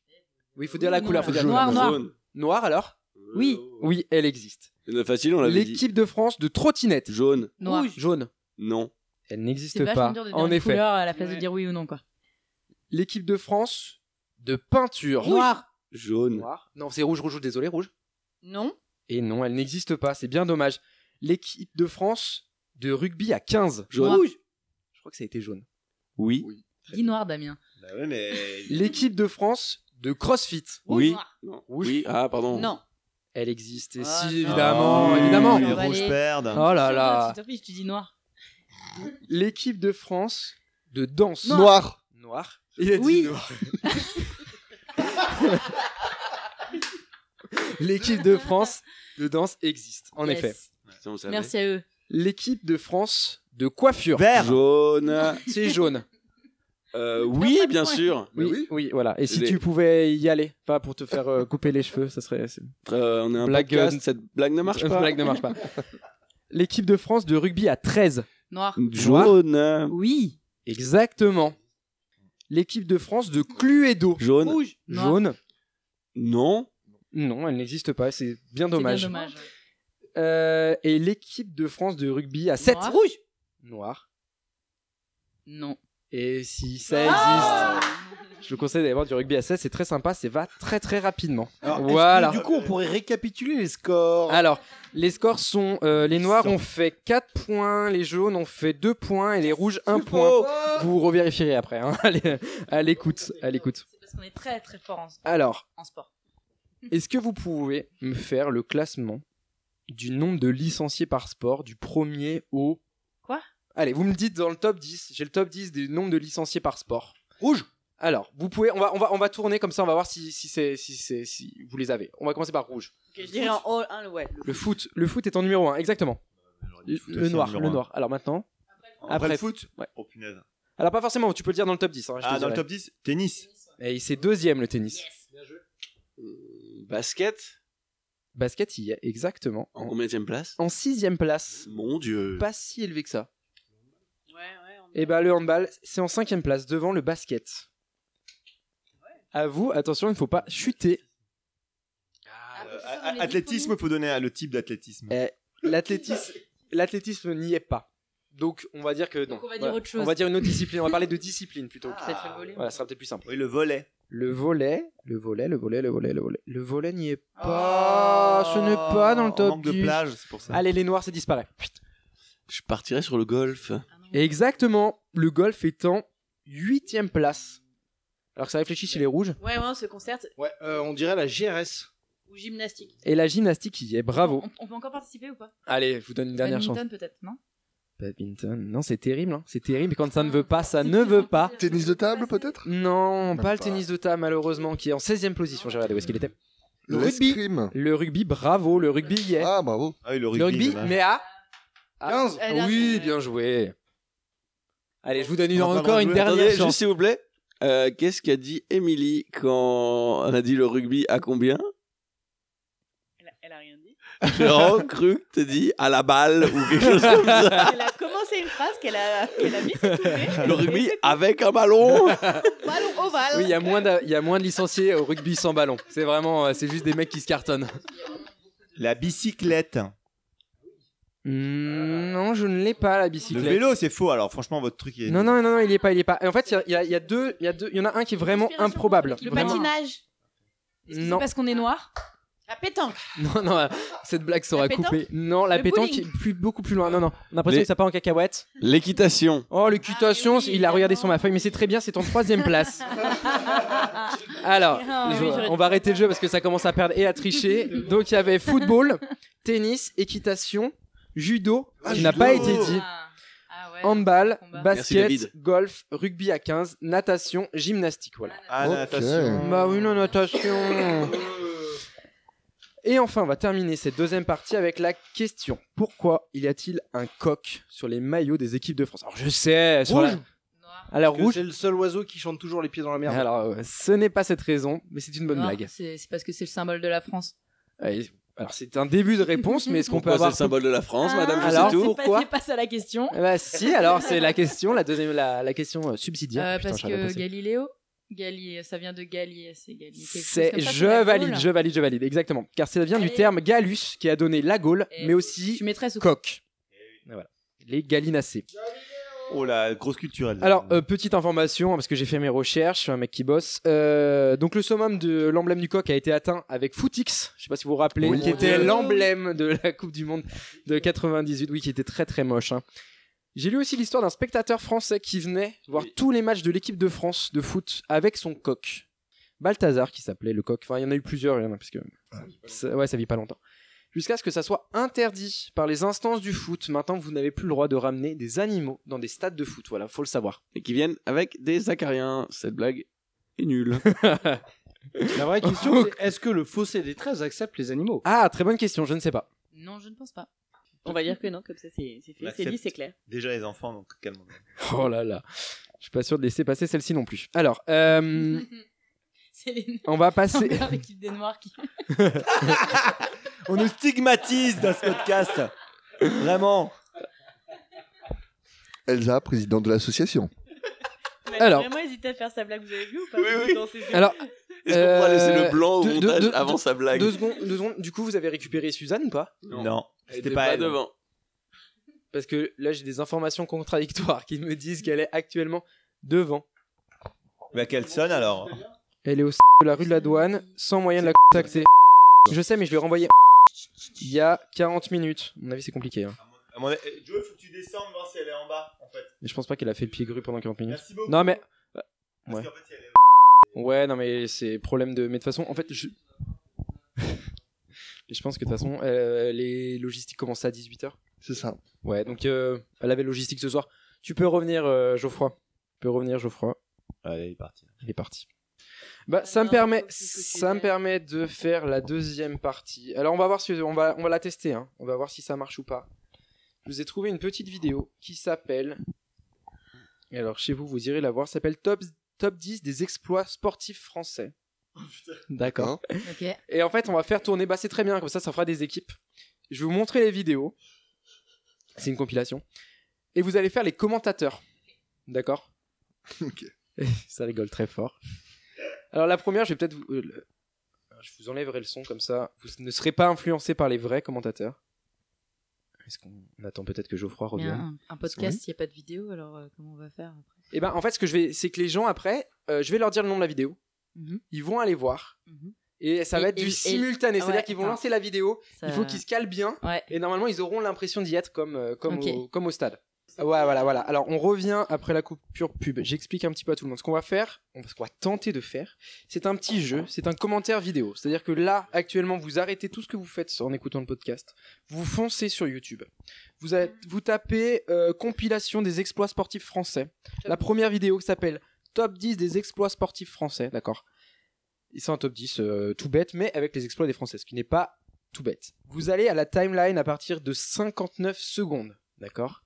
[SPEAKER 2] Oui, il faut dire la
[SPEAKER 5] Non,
[SPEAKER 2] couleur. Faut dire
[SPEAKER 5] jaune.
[SPEAKER 2] la
[SPEAKER 5] Noir,
[SPEAKER 2] couleur.
[SPEAKER 5] noir.
[SPEAKER 1] Jaune.
[SPEAKER 2] Noir alors
[SPEAKER 5] Oui.
[SPEAKER 2] Oui, elle existe.
[SPEAKER 1] Le facile, on l'avait dit.
[SPEAKER 2] L'équipe de France de trottinette.
[SPEAKER 1] Jaune.
[SPEAKER 5] Noir.
[SPEAKER 2] Jaune.
[SPEAKER 1] Non.
[SPEAKER 2] Elle
[SPEAKER 5] C'est
[SPEAKER 2] n'existe
[SPEAKER 5] vachement
[SPEAKER 2] pas.
[SPEAKER 5] dur de dire
[SPEAKER 2] En
[SPEAKER 5] une
[SPEAKER 2] effet.
[SPEAKER 5] couleur à la place de
[SPEAKER 6] Ouais.
[SPEAKER 5] dire oui ou non, quoi.
[SPEAKER 2] L'équipe de France de peinture.
[SPEAKER 6] Noir.
[SPEAKER 1] Jaune.
[SPEAKER 2] Noir. Non, c'est rouge, rouge, rouge, désolé, rouge.
[SPEAKER 6] Non.
[SPEAKER 2] Et non, elle n'existe pas, c'est bien dommage. L'équipe de France de rugby à 15.
[SPEAKER 1] Jaune.
[SPEAKER 2] Rouge. Je crois que ça a été jaune.
[SPEAKER 1] Oui.
[SPEAKER 5] Dis noir, Damien.
[SPEAKER 3] Bah ouais, mais.
[SPEAKER 2] L'équipe de France de CrossFit.
[SPEAKER 1] Oui.
[SPEAKER 6] Noir.
[SPEAKER 1] Non. Oui. Ah, pardon.
[SPEAKER 6] Non.
[SPEAKER 2] Elle existe, et
[SPEAKER 6] Ah,
[SPEAKER 2] si,
[SPEAKER 6] non.
[SPEAKER 2] évidemment,
[SPEAKER 3] Oui,
[SPEAKER 2] évidemment.
[SPEAKER 3] Les
[SPEAKER 6] On va
[SPEAKER 3] rouges
[SPEAKER 6] aller.
[SPEAKER 3] perdent.
[SPEAKER 2] Oh là là.
[SPEAKER 5] Tu t'en fiches, tu dis noir.
[SPEAKER 2] L'équipe de France de danse.
[SPEAKER 8] Noir.
[SPEAKER 2] Noir. Il a dit
[SPEAKER 5] Oui.
[SPEAKER 2] noir. L'équipe de France de danse existe, en
[SPEAKER 5] Yes.
[SPEAKER 2] effet.
[SPEAKER 1] Putain, on savait.
[SPEAKER 5] Merci à eux.
[SPEAKER 2] L'équipe de France de coiffure.
[SPEAKER 3] Vert.
[SPEAKER 1] Jaune.
[SPEAKER 2] C'est jaune.
[SPEAKER 1] Euh, oui, bien sûr.
[SPEAKER 2] Oui, oui, voilà. Ah, Et si
[SPEAKER 1] Les-
[SPEAKER 2] tu pouvais y aller, pas pour te faire euh, couper les cheveux, ça serait. c'est-
[SPEAKER 1] Euh, on a un
[SPEAKER 2] Blague,
[SPEAKER 1] podcast.
[SPEAKER 2] euh,
[SPEAKER 1] Cette blague ne marche
[SPEAKER 2] Cette
[SPEAKER 1] pas.
[SPEAKER 2] blague ne marche pas. L'équipe de France de rugby à 13.
[SPEAKER 5] Noir.
[SPEAKER 1] Jaune.
[SPEAKER 5] Oui.
[SPEAKER 2] Exactement. L'équipe de France de Cluedo.
[SPEAKER 1] Jaune.
[SPEAKER 6] Rouge.
[SPEAKER 5] Noir.
[SPEAKER 2] Jaune.
[SPEAKER 1] Non.
[SPEAKER 2] Non, elle n'existe pas. C'est bien
[SPEAKER 5] C'est bien
[SPEAKER 2] dommage.
[SPEAKER 5] dommage. ouais.
[SPEAKER 2] Euh, et l'équipe de France de rugby à 7.
[SPEAKER 5] Noir.
[SPEAKER 2] Rouge. Noir.
[SPEAKER 5] Non. Ah
[SPEAKER 2] Et si ça existe. Je vous conseille d'aller voir du rugby à 16, c'est très sympa, c'est va très très rapidement.
[SPEAKER 4] Alors, est-ce que,
[SPEAKER 2] voilà.
[SPEAKER 4] du coup, on pourrait récapituler les scores.
[SPEAKER 2] Alors, les scores sont euh, les noirs
[SPEAKER 4] Ils sont-
[SPEAKER 2] ont fait 4 points, les jaunes ont fait 2 points et les rouges 1 point. Vous revérifierez après, hein. Allez, à l'écoute, à l'écoute.
[SPEAKER 5] C'est parce qu'on est très très fort en,
[SPEAKER 2] Alors,
[SPEAKER 5] en sport.
[SPEAKER 2] est-ce que vous pouvez me faire le classement du nombre de licenciés par sport du premier au
[SPEAKER 5] Quoi
[SPEAKER 2] Allez, vous me dites dans le top 10, j'ai le top 10 des nombres de licenciés par sport.
[SPEAKER 4] Rouge.
[SPEAKER 2] Alors, vous pouvez on va on va on va tourner comme ça, on va voir si si c'est si c'est si vous les avez. On va commencer par rouge.
[SPEAKER 6] Ok, je dirais en haut. hein, ouais.
[SPEAKER 2] Le foot, le foot est en numéro 1, exactement. Le,
[SPEAKER 3] foot aussi en
[SPEAKER 2] noir,
[SPEAKER 3] numéro
[SPEAKER 2] le
[SPEAKER 3] un.
[SPEAKER 2] noir. Alors maintenant,
[SPEAKER 3] Après
[SPEAKER 2] Après-
[SPEAKER 3] le foot
[SPEAKER 2] Ouais.
[SPEAKER 3] Oh punaise.
[SPEAKER 2] alors pas forcément, tu peux le dire dans le top 10. hein, je
[SPEAKER 3] Ah,
[SPEAKER 2] te
[SPEAKER 3] dans le
[SPEAKER 2] dirai.
[SPEAKER 3] top 10 Tennis.
[SPEAKER 2] Et c'est deuxième le tennis.
[SPEAKER 1] Basket.
[SPEAKER 2] Basket, il y a exactement.
[SPEAKER 1] En
[SPEAKER 2] En,
[SPEAKER 1] combien de place
[SPEAKER 2] en sixième place.
[SPEAKER 1] Mon dieu.
[SPEAKER 2] Pas si élevé que ça.
[SPEAKER 6] Ouais, ouais. on-
[SPEAKER 2] Et bah le handball, c'est en cinquième place devant le basket. À vous, attention, il ne faut pas chuter.
[SPEAKER 5] Ah,
[SPEAKER 3] Euh,
[SPEAKER 6] Ah,
[SPEAKER 3] a- a- athlétisme, il faut donner euh, le type d'athlétisme.
[SPEAKER 2] Eh, L'athlétisme, l'athlétisme n'y est pas. Donc on va dire que non.
[SPEAKER 5] Donc, on va dire
[SPEAKER 2] Voilà.
[SPEAKER 5] autre chose. Ah.
[SPEAKER 2] On va dire une autre discipline. On va parler de discipline plutôt. que-
[SPEAKER 5] Ça te fait voler.
[SPEAKER 2] Voilà, ça sera peut-être plus simple.
[SPEAKER 3] Oui, le volet.
[SPEAKER 2] Le volet, le volet, le volet, le volet, le volet. Le volet n'y est pas. ce n'est pas dans le
[SPEAKER 3] On
[SPEAKER 2] top
[SPEAKER 3] Oh, Manque de
[SPEAKER 2] 10.
[SPEAKER 3] plage, c'est pour ça.
[SPEAKER 2] Allez, les noirs, ça disparaît.
[SPEAKER 1] Je partirais sur le golf.
[SPEAKER 2] Exactement. Le golf est en huitième place. Alors que ça réfléchit si les rouges.
[SPEAKER 6] Ouais, ouais, on se concerte
[SPEAKER 4] Ouais, euh, on dirait la GRS.
[SPEAKER 6] ou gymnastique.
[SPEAKER 2] Et la gymnastique y est, bravo.
[SPEAKER 5] On, on peut encore participer ou pas
[SPEAKER 2] Allez, je vous donne une dernière chance.
[SPEAKER 5] Badminton peut-être, non
[SPEAKER 2] Badminton, non, c'est terrible, hein. c'est terrible. Et quand ça ne veut pas, ça ne veut pas.
[SPEAKER 8] Tennis de table, peut-être
[SPEAKER 2] Non, pas,
[SPEAKER 8] pas.
[SPEAKER 2] le tennis de table, malheureusement, qui est en 16 e position. J'ai regardé où est-ce qu'il était.
[SPEAKER 4] Le
[SPEAKER 8] L'escrime.
[SPEAKER 2] Le rugby, bravo, le rugby y est.
[SPEAKER 8] Ah, bravo.
[SPEAKER 3] Ah oui, le rugby.
[SPEAKER 2] le rugby,
[SPEAKER 3] dommage.
[SPEAKER 2] mais à. à-
[SPEAKER 4] 15.
[SPEAKER 6] Elle a-
[SPEAKER 2] Oui, bien joué. Allez, je vous donne une-
[SPEAKER 3] On va
[SPEAKER 2] encore
[SPEAKER 3] pas
[SPEAKER 2] une
[SPEAKER 3] jouer.
[SPEAKER 2] dernière
[SPEAKER 1] Attendez, juste
[SPEAKER 2] chance.
[SPEAKER 1] s'il vous plaît. Euh, Qu'est-ce qu'a dit Émilie quand on a dit le rugby à combien
[SPEAKER 6] Elle a, elle a rien dit.
[SPEAKER 1] J'ai vraiment cru que t'as dit à la balle ou quelque chose comme ça.
[SPEAKER 6] elle a commencé une phrase qu'elle a, qu'elle a mise à tourner.
[SPEAKER 1] Le rugby avec un ballon
[SPEAKER 6] Ballon ovale.
[SPEAKER 2] Oui, il y a moins de, il y a moins de licenciés au rugby sans ballon. C'est vraiment, euh, c'est juste des mecs qui se cartonnent.
[SPEAKER 3] La bicyclette.
[SPEAKER 2] Mm, non, je ne l'ai pas la
[SPEAKER 3] Le
[SPEAKER 2] bicyclette.
[SPEAKER 3] vélo, c'est faux. Alors, franchement, votre truc est.
[SPEAKER 2] Non, non, non, non, il y est pas, il y est pas. Et en fait, il y a- il y, a- il y a deux, il y a deux, il y en a un qui est vraiment
[SPEAKER 6] Inspiration
[SPEAKER 2] improbable.
[SPEAKER 6] avec Le
[SPEAKER 2] Vraiment.
[SPEAKER 6] patinage.
[SPEAKER 5] Est-ce que c'est
[SPEAKER 2] Non.
[SPEAKER 5] parce qu'on est noir
[SPEAKER 6] La pétanque.
[SPEAKER 2] Non, non, euh, cette blague sera
[SPEAKER 6] La pétanque
[SPEAKER 2] coupée. Non, la
[SPEAKER 6] Le
[SPEAKER 2] pétanque
[SPEAKER 6] bowling
[SPEAKER 2] est plus, beaucoup plus loin. Non, non, on a l'impression
[SPEAKER 1] Les-
[SPEAKER 2] que ça part en cacahuète.
[SPEAKER 1] L'équitation.
[SPEAKER 2] Oh, le cutation,
[SPEAKER 6] Ah, mais oui,
[SPEAKER 2] il a regardé
[SPEAKER 6] évidemment.
[SPEAKER 2] sur ma feuille, mais c'est très bien, c'est en troisième place. Alors,
[SPEAKER 6] Ah,
[SPEAKER 2] je-
[SPEAKER 6] oui, j'aurais
[SPEAKER 2] on va arrêter le jeu parce que ça commence à perdre et à tricher. Donc, il y avait football, tennis, équitation, judo,
[SPEAKER 3] Ah,
[SPEAKER 2] qui n'a
[SPEAKER 3] judo.
[SPEAKER 2] pas été dit.
[SPEAKER 5] Ah, ah ouais.
[SPEAKER 2] Handball,
[SPEAKER 5] Combat.
[SPEAKER 1] Merci, David.
[SPEAKER 2] basket, golf, rugby à 15, natation, gymnastique, voilà.
[SPEAKER 3] Ah,
[SPEAKER 8] Ok.
[SPEAKER 3] natation.
[SPEAKER 2] Bah oui, la natation. Et enfin, on va terminer cette deuxième partie avec la question. Pourquoi y a-t-il un coq sur les maillots des équipes de France Alors je sais, sur la-
[SPEAKER 4] Rouge.
[SPEAKER 5] Noir.
[SPEAKER 2] Alors
[SPEAKER 4] Que
[SPEAKER 2] rouge.
[SPEAKER 4] C'est le seul oiseau qui chante toujours les pieds dans la merde.
[SPEAKER 2] Alors euh, ce n'est pas cette raison, mais c'est une bonne
[SPEAKER 5] Noir,
[SPEAKER 2] blague.
[SPEAKER 5] C'est c'est parce que c'est le symbole de la France.
[SPEAKER 2] Allez, Alors c'est un début de réponse, mais est-ce qu'on peut
[SPEAKER 1] Pourquoi Bah, c'est
[SPEAKER 2] avoir
[SPEAKER 1] le symbole de la France,
[SPEAKER 5] Ah,
[SPEAKER 1] madame Je
[SPEAKER 2] Alors,
[SPEAKER 1] sais tout.
[SPEAKER 2] pour- pourquoi
[SPEAKER 5] Je passe à la question.
[SPEAKER 2] Bah si, alors c'est la question, la deuxième, la, la question euh, subsidiaire.
[SPEAKER 5] Euh,
[SPEAKER 2] Putain,
[SPEAKER 5] parce
[SPEAKER 2] j'aurais pas
[SPEAKER 5] que
[SPEAKER 2] pensé.
[SPEAKER 5] Galiléo, Gallier, ça vient de Gallier, c'est Gallier. quelque chose
[SPEAKER 2] C'est
[SPEAKER 5] comme ça,
[SPEAKER 2] je
[SPEAKER 5] la
[SPEAKER 2] valide,
[SPEAKER 5] Gaule.
[SPEAKER 2] je valide, je valide, exactement. Car ça vient du
[SPEAKER 5] Allez.
[SPEAKER 2] terme Gallus qui a donné la Gaule,
[SPEAKER 5] Et
[SPEAKER 2] mais aussi
[SPEAKER 5] Je mettrais sous
[SPEAKER 2] coq. Et Voilà. Les gallinacées.
[SPEAKER 3] Oh la grosse culturelle.
[SPEAKER 2] Alors, euh, petite information, parce que j'ai fait mes recherches, je suis un mec qui bosse. Euh, donc, le summum de l'emblème du coq a été atteint avec Footix, je sais pas si vous vous rappelez,
[SPEAKER 3] Oui.
[SPEAKER 2] qui était
[SPEAKER 3] Oui.
[SPEAKER 2] l'emblème de la Coupe du Monde de 98, oui, qui était très très moche. hein. J'ai lu aussi l'histoire d'un spectateur français qui venait voir tous les matchs de l'équipe de France de foot avec son coq. Balthazar, qui s'appelait le coq. Enfin, il y en a eu plusieurs, il y en a, parce que. ça- ouais, ça vit pas longtemps. Jusqu'à ce que ça soit interdit par les instances du foot. Maintenant, vous n'avez plus le droit de ramener des animaux dans des stades de foot. Voilà, faut le savoir.
[SPEAKER 1] Et qui viennent avec des acariens. Cette blague est nulle.
[SPEAKER 4] La vraie question, c'est est-ce que le fossé des 13 accepte les animaux
[SPEAKER 2] Ah, très bonne question, je ne sais pas.
[SPEAKER 5] Non, je ne pense pas.
[SPEAKER 6] On va dire que non, comme ça c'est c'est fait, c'est
[SPEAKER 3] L'accepte.
[SPEAKER 6] dit, c'est clair.
[SPEAKER 3] Déjà les enfants, donc calmons.
[SPEAKER 2] Oh là là. Je suis pas sûr de laisser passer celle-ci non plus. Alors, euh,
[SPEAKER 5] c'est les
[SPEAKER 2] on va passer.
[SPEAKER 5] noirs, l'équipe des noirs qui.
[SPEAKER 3] On nous stigmatise dans ce podcast. Vraiment.
[SPEAKER 8] Elsa, présidente de l'association.
[SPEAKER 6] Mais
[SPEAKER 2] Alors.
[SPEAKER 6] J'ai vraiment hésité à faire sa blague, vous avez vu ou pas
[SPEAKER 1] Oui, oui.
[SPEAKER 6] Dans ces-
[SPEAKER 2] Alors,
[SPEAKER 1] Est-ce qu'on pourra laisser
[SPEAKER 2] Euh,
[SPEAKER 1] le blanc au
[SPEAKER 2] deux- deux-
[SPEAKER 1] montage
[SPEAKER 2] deux-
[SPEAKER 1] avant sa blague
[SPEAKER 2] deux secondes, deux secondes. Du coup, vous avez récupéré Suzanne ou pas
[SPEAKER 1] Non.
[SPEAKER 3] Non,
[SPEAKER 1] Elle
[SPEAKER 3] c'était
[SPEAKER 1] était
[SPEAKER 3] pas, elle.
[SPEAKER 1] devant.
[SPEAKER 2] Parce que là, j'ai des informations contradictoires qui me disent qu'elle est actuellement devant.
[SPEAKER 3] Bah qu'elle sonne alors.
[SPEAKER 2] Elle est au de la rue de la douane, sans moyen de la contacter. Je sais, mais je lui ai renvoyé il y a 40 minutes. À mon avis, c'est compliqué. hein.
[SPEAKER 3] À mon... eh, Joe, faut que tu descendes voir si elle est en bas en fait.
[SPEAKER 2] Mais je pense pas qu'elle a fait le pied gru pendant 40 minutes.
[SPEAKER 3] Merci beaucoup.
[SPEAKER 2] Non, mais.
[SPEAKER 3] Parce
[SPEAKER 2] ouais.
[SPEAKER 3] qu'en fait, si elle est-
[SPEAKER 2] Ouais, non, mais c'est problème de. Mais de toute façon, en fait, je. Mais je pense que de toute façon, euh, les logistiques commençaient à 18h.
[SPEAKER 8] C'est ça.
[SPEAKER 2] Ouais, donc euh, elle avait logistique ce soir. Tu peux revenir, euh, Geoffroy. Tu peux revenir, Geoffroy.
[SPEAKER 3] Allez, il est parti.
[SPEAKER 2] Il est parti. Bah, ça me permet, ça me permet de faire la deuxième partie. Alors, on va voir si on va, on va la tester. hein. On va voir si ça marche ou pas. Je vous ai trouvé une petite vidéo qui s'appelle. Et Alors, chez vous, vous irez la voir. ça S'appelle Top, Top 10 des exploits sportifs français. D'accord.
[SPEAKER 5] Ok.
[SPEAKER 2] Et en fait, on va faire tourner. Bah, c'est très bien, comme ça, ça fera des équipes. Je vais vous montrer les vidéos. C'est une compilation. Et vous allez faire les commentateurs. D'accord
[SPEAKER 8] Ok.
[SPEAKER 1] Hein
[SPEAKER 2] Ça rigole très fort. Alors, la première, je vais peut-être vous. euh, le- Je vous enlèverai le son, comme ça, vous ne serez pas influencé par les vrais commentateurs. Est-ce qu'on attend peut-être que Geoffroy
[SPEAKER 5] Mais
[SPEAKER 2] revienne
[SPEAKER 5] un, un podcast, il n'y a pas de vidéo, alors euh, comment on va faire après
[SPEAKER 2] Et ben, en fait, ce que je vais. C'est que les gens, après, euh, je vais leur dire le nom de la vidéo.
[SPEAKER 5] Mhm,
[SPEAKER 2] Ils vont aller voir.
[SPEAKER 5] mhm.
[SPEAKER 2] Et ça
[SPEAKER 5] Et-
[SPEAKER 2] va être
[SPEAKER 5] et-
[SPEAKER 2] du
[SPEAKER 5] et-
[SPEAKER 2] simultané.
[SPEAKER 5] ouais,
[SPEAKER 2] C'est-à-dire qu'ils vont
[SPEAKER 5] attends.
[SPEAKER 2] lancer la vidéo.
[SPEAKER 5] Ça-
[SPEAKER 2] Il faut qu'ils se calent bien.
[SPEAKER 5] Ouais.
[SPEAKER 2] Et normalement, ils auront l'impression d'y être comme, euh, comme,
[SPEAKER 5] Ok.
[SPEAKER 2] au, comme au stade. Ouais, voilà, voilà. Alors, on revient après la coupure pub. J'explique un petit peu à tout le monde. Ce qu'on va faire, on- ce qu'on va tenter de faire, c'est un petit jeu, c'est un commentaire vidéo. C'est-à-dire que là, actuellement, vous arrêtez tout ce que vous faites en écoutant le podcast. Vous foncez sur YouTube. Vous, a- vous tapez euh, compilation des exploits sportifs français. La première vidéo qui s'appelle Top 10 des exploits sportifs français, d'accord Ils sont en top 10, euh, tout bête, mais avec les exploits des Français, ce qui n'est pas tout bête. Vous allez à la timeline à partir de 59 secondes, d'accord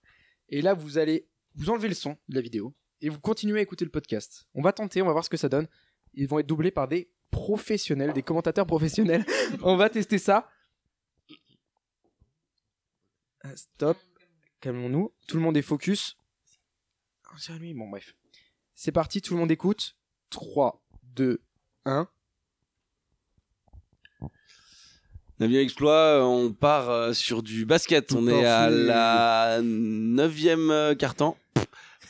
[SPEAKER 2] Et là, vous allez vous enlevez le son de la vidéo et vous continuez à écouter le podcast. On va tenter, on va voir ce que ça donne. Ils vont être doublés par des professionnels, des commentateurs professionnels. on va tester ça. Ah, Stop. Calmons-nous. Tout le monde est focus. Ah, C'est à lui, bon bref. C'est parti, tout le monde écoute. 3, 2, 1.
[SPEAKER 1] Navien Exploit, euh, on part euh, sur du basket. On
[SPEAKER 8] Tout
[SPEAKER 1] est à
[SPEAKER 8] parfait.
[SPEAKER 1] la 9 carton.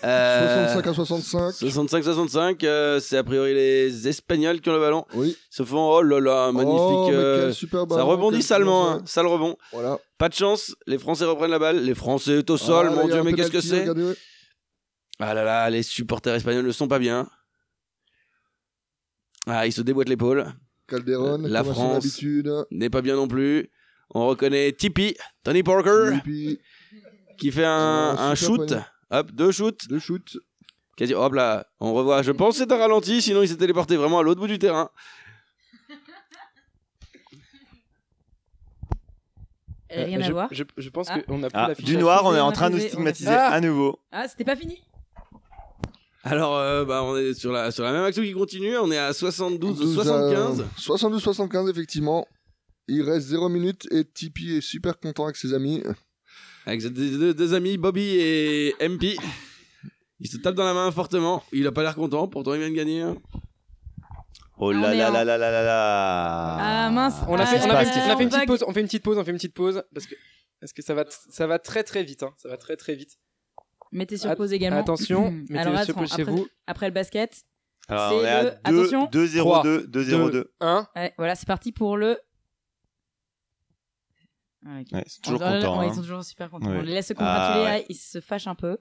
[SPEAKER 8] 65 à 65.
[SPEAKER 1] 65-65, euh, c'est a priori les Espagnols qui ont le ballon.
[SPEAKER 8] Oui.
[SPEAKER 1] Se font, oh là là, magnifique.
[SPEAKER 8] Oh, mais
[SPEAKER 1] euh,
[SPEAKER 8] quel super
[SPEAKER 1] ça
[SPEAKER 8] ballon,
[SPEAKER 1] rebondit
[SPEAKER 8] quel
[SPEAKER 1] salement,
[SPEAKER 8] super
[SPEAKER 1] hein, sale rebond.
[SPEAKER 8] jeu. Voilà.
[SPEAKER 1] Pas de chance, les Français reprennent la balle. Les Français est au sol,
[SPEAKER 8] Ah, là,
[SPEAKER 1] mon
[SPEAKER 8] il y a
[SPEAKER 1] Dieu,
[SPEAKER 8] un
[SPEAKER 1] mais qu'est-ce
[SPEAKER 8] penalty,
[SPEAKER 1] que c'est
[SPEAKER 8] regardez.
[SPEAKER 1] Ah là là, les supporters espagnols ne sont pas bien. Ah, ils se déboîtent l'épaule.
[SPEAKER 8] Calderon,
[SPEAKER 1] La
[SPEAKER 8] comme à son
[SPEAKER 1] France.
[SPEAKER 8] habitude.
[SPEAKER 1] N'est pas bien non plus. On reconnaît Tipeee, Tony Parker,
[SPEAKER 8] Et puis,
[SPEAKER 1] qui fait un,
[SPEAKER 8] Un
[SPEAKER 1] un
[SPEAKER 8] super
[SPEAKER 1] shoot.
[SPEAKER 8] panier.
[SPEAKER 1] Hop, deux shoots.
[SPEAKER 8] deux shoots.
[SPEAKER 1] Quasi- hop là, on revoit. Je pense que c'est un ralenti, sinon il s'est téléporté vraiment à l'autre bout du terrain.
[SPEAKER 5] Euh, Rien
[SPEAKER 2] Euh,
[SPEAKER 5] à
[SPEAKER 2] je,
[SPEAKER 5] voir.
[SPEAKER 2] Je, je pense
[SPEAKER 5] Ah.
[SPEAKER 2] qu'on a plus
[SPEAKER 3] Ah,
[SPEAKER 2] la
[SPEAKER 3] du
[SPEAKER 2] fiche.
[SPEAKER 3] noir, on est
[SPEAKER 5] on
[SPEAKER 3] en
[SPEAKER 5] a
[SPEAKER 3] train de nous
[SPEAKER 5] trouvé, on a
[SPEAKER 3] stigmatiser
[SPEAKER 2] trouvé.
[SPEAKER 3] à nouveau.
[SPEAKER 5] Ah, c'était pas fini
[SPEAKER 1] Alors, euh, bah, on est sur la, sur la même action qui continue. On est à 72,
[SPEAKER 8] 12 à-
[SPEAKER 1] 75.
[SPEAKER 8] 72, 75, effectivement. Il reste 0 minutes et Tipeee est super content avec ses amis.
[SPEAKER 1] Avec ses deux, deux amis, Bobby et MP, Il se tape dans la main fortement. Il a pas l'air content, pourtant il vient de gagner. hein.
[SPEAKER 5] Ah,
[SPEAKER 3] Oh
[SPEAKER 5] on
[SPEAKER 3] là
[SPEAKER 5] est
[SPEAKER 3] là
[SPEAKER 5] en-
[SPEAKER 3] là là là là là
[SPEAKER 5] Ah, mince.
[SPEAKER 2] On a
[SPEAKER 5] Ah,
[SPEAKER 2] fait,
[SPEAKER 5] là,
[SPEAKER 2] on a
[SPEAKER 5] là,
[SPEAKER 2] fait une petite-
[SPEAKER 5] là,
[SPEAKER 2] on a fait une
[SPEAKER 5] on
[SPEAKER 2] petite
[SPEAKER 5] bug.
[SPEAKER 2] pause, on fait une petite pause, on fait une petite pause parce que parce que ça va t- ça va très très vite hein, ça va très très vite.
[SPEAKER 5] Mettez sur
[SPEAKER 2] Att-
[SPEAKER 5] pause également.
[SPEAKER 2] Attention,
[SPEAKER 5] Alors,
[SPEAKER 2] mettez sur
[SPEAKER 5] attends,
[SPEAKER 2] pause chez
[SPEAKER 5] après-
[SPEAKER 2] vous.
[SPEAKER 5] Après le basket.
[SPEAKER 3] Alors,
[SPEAKER 5] C'est
[SPEAKER 3] on est à
[SPEAKER 5] le-
[SPEAKER 3] 2,
[SPEAKER 5] attention.
[SPEAKER 3] 2 0 2 2 0 2.
[SPEAKER 2] 1
[SPEAKER 5] Ouais, voilà, c'est parti pour le. Ouais, ok.
[SPEAKER 3] Ouais, c'est toujours
[SPEAKER 5] On dirait-
[SPEAKER 3] content.
[SPEAKER 5] ouais,
[SPEAKER 3] hein.
[SPEAKER 5] Ils sont toujours super contents.
[SPEAKER 3] Ouais.
[SPEAKER 5] On les laisse se congratuler,
[SPEAKER 3] Ah,
[SPEAKER 5] ah, ils se fâchent un peu.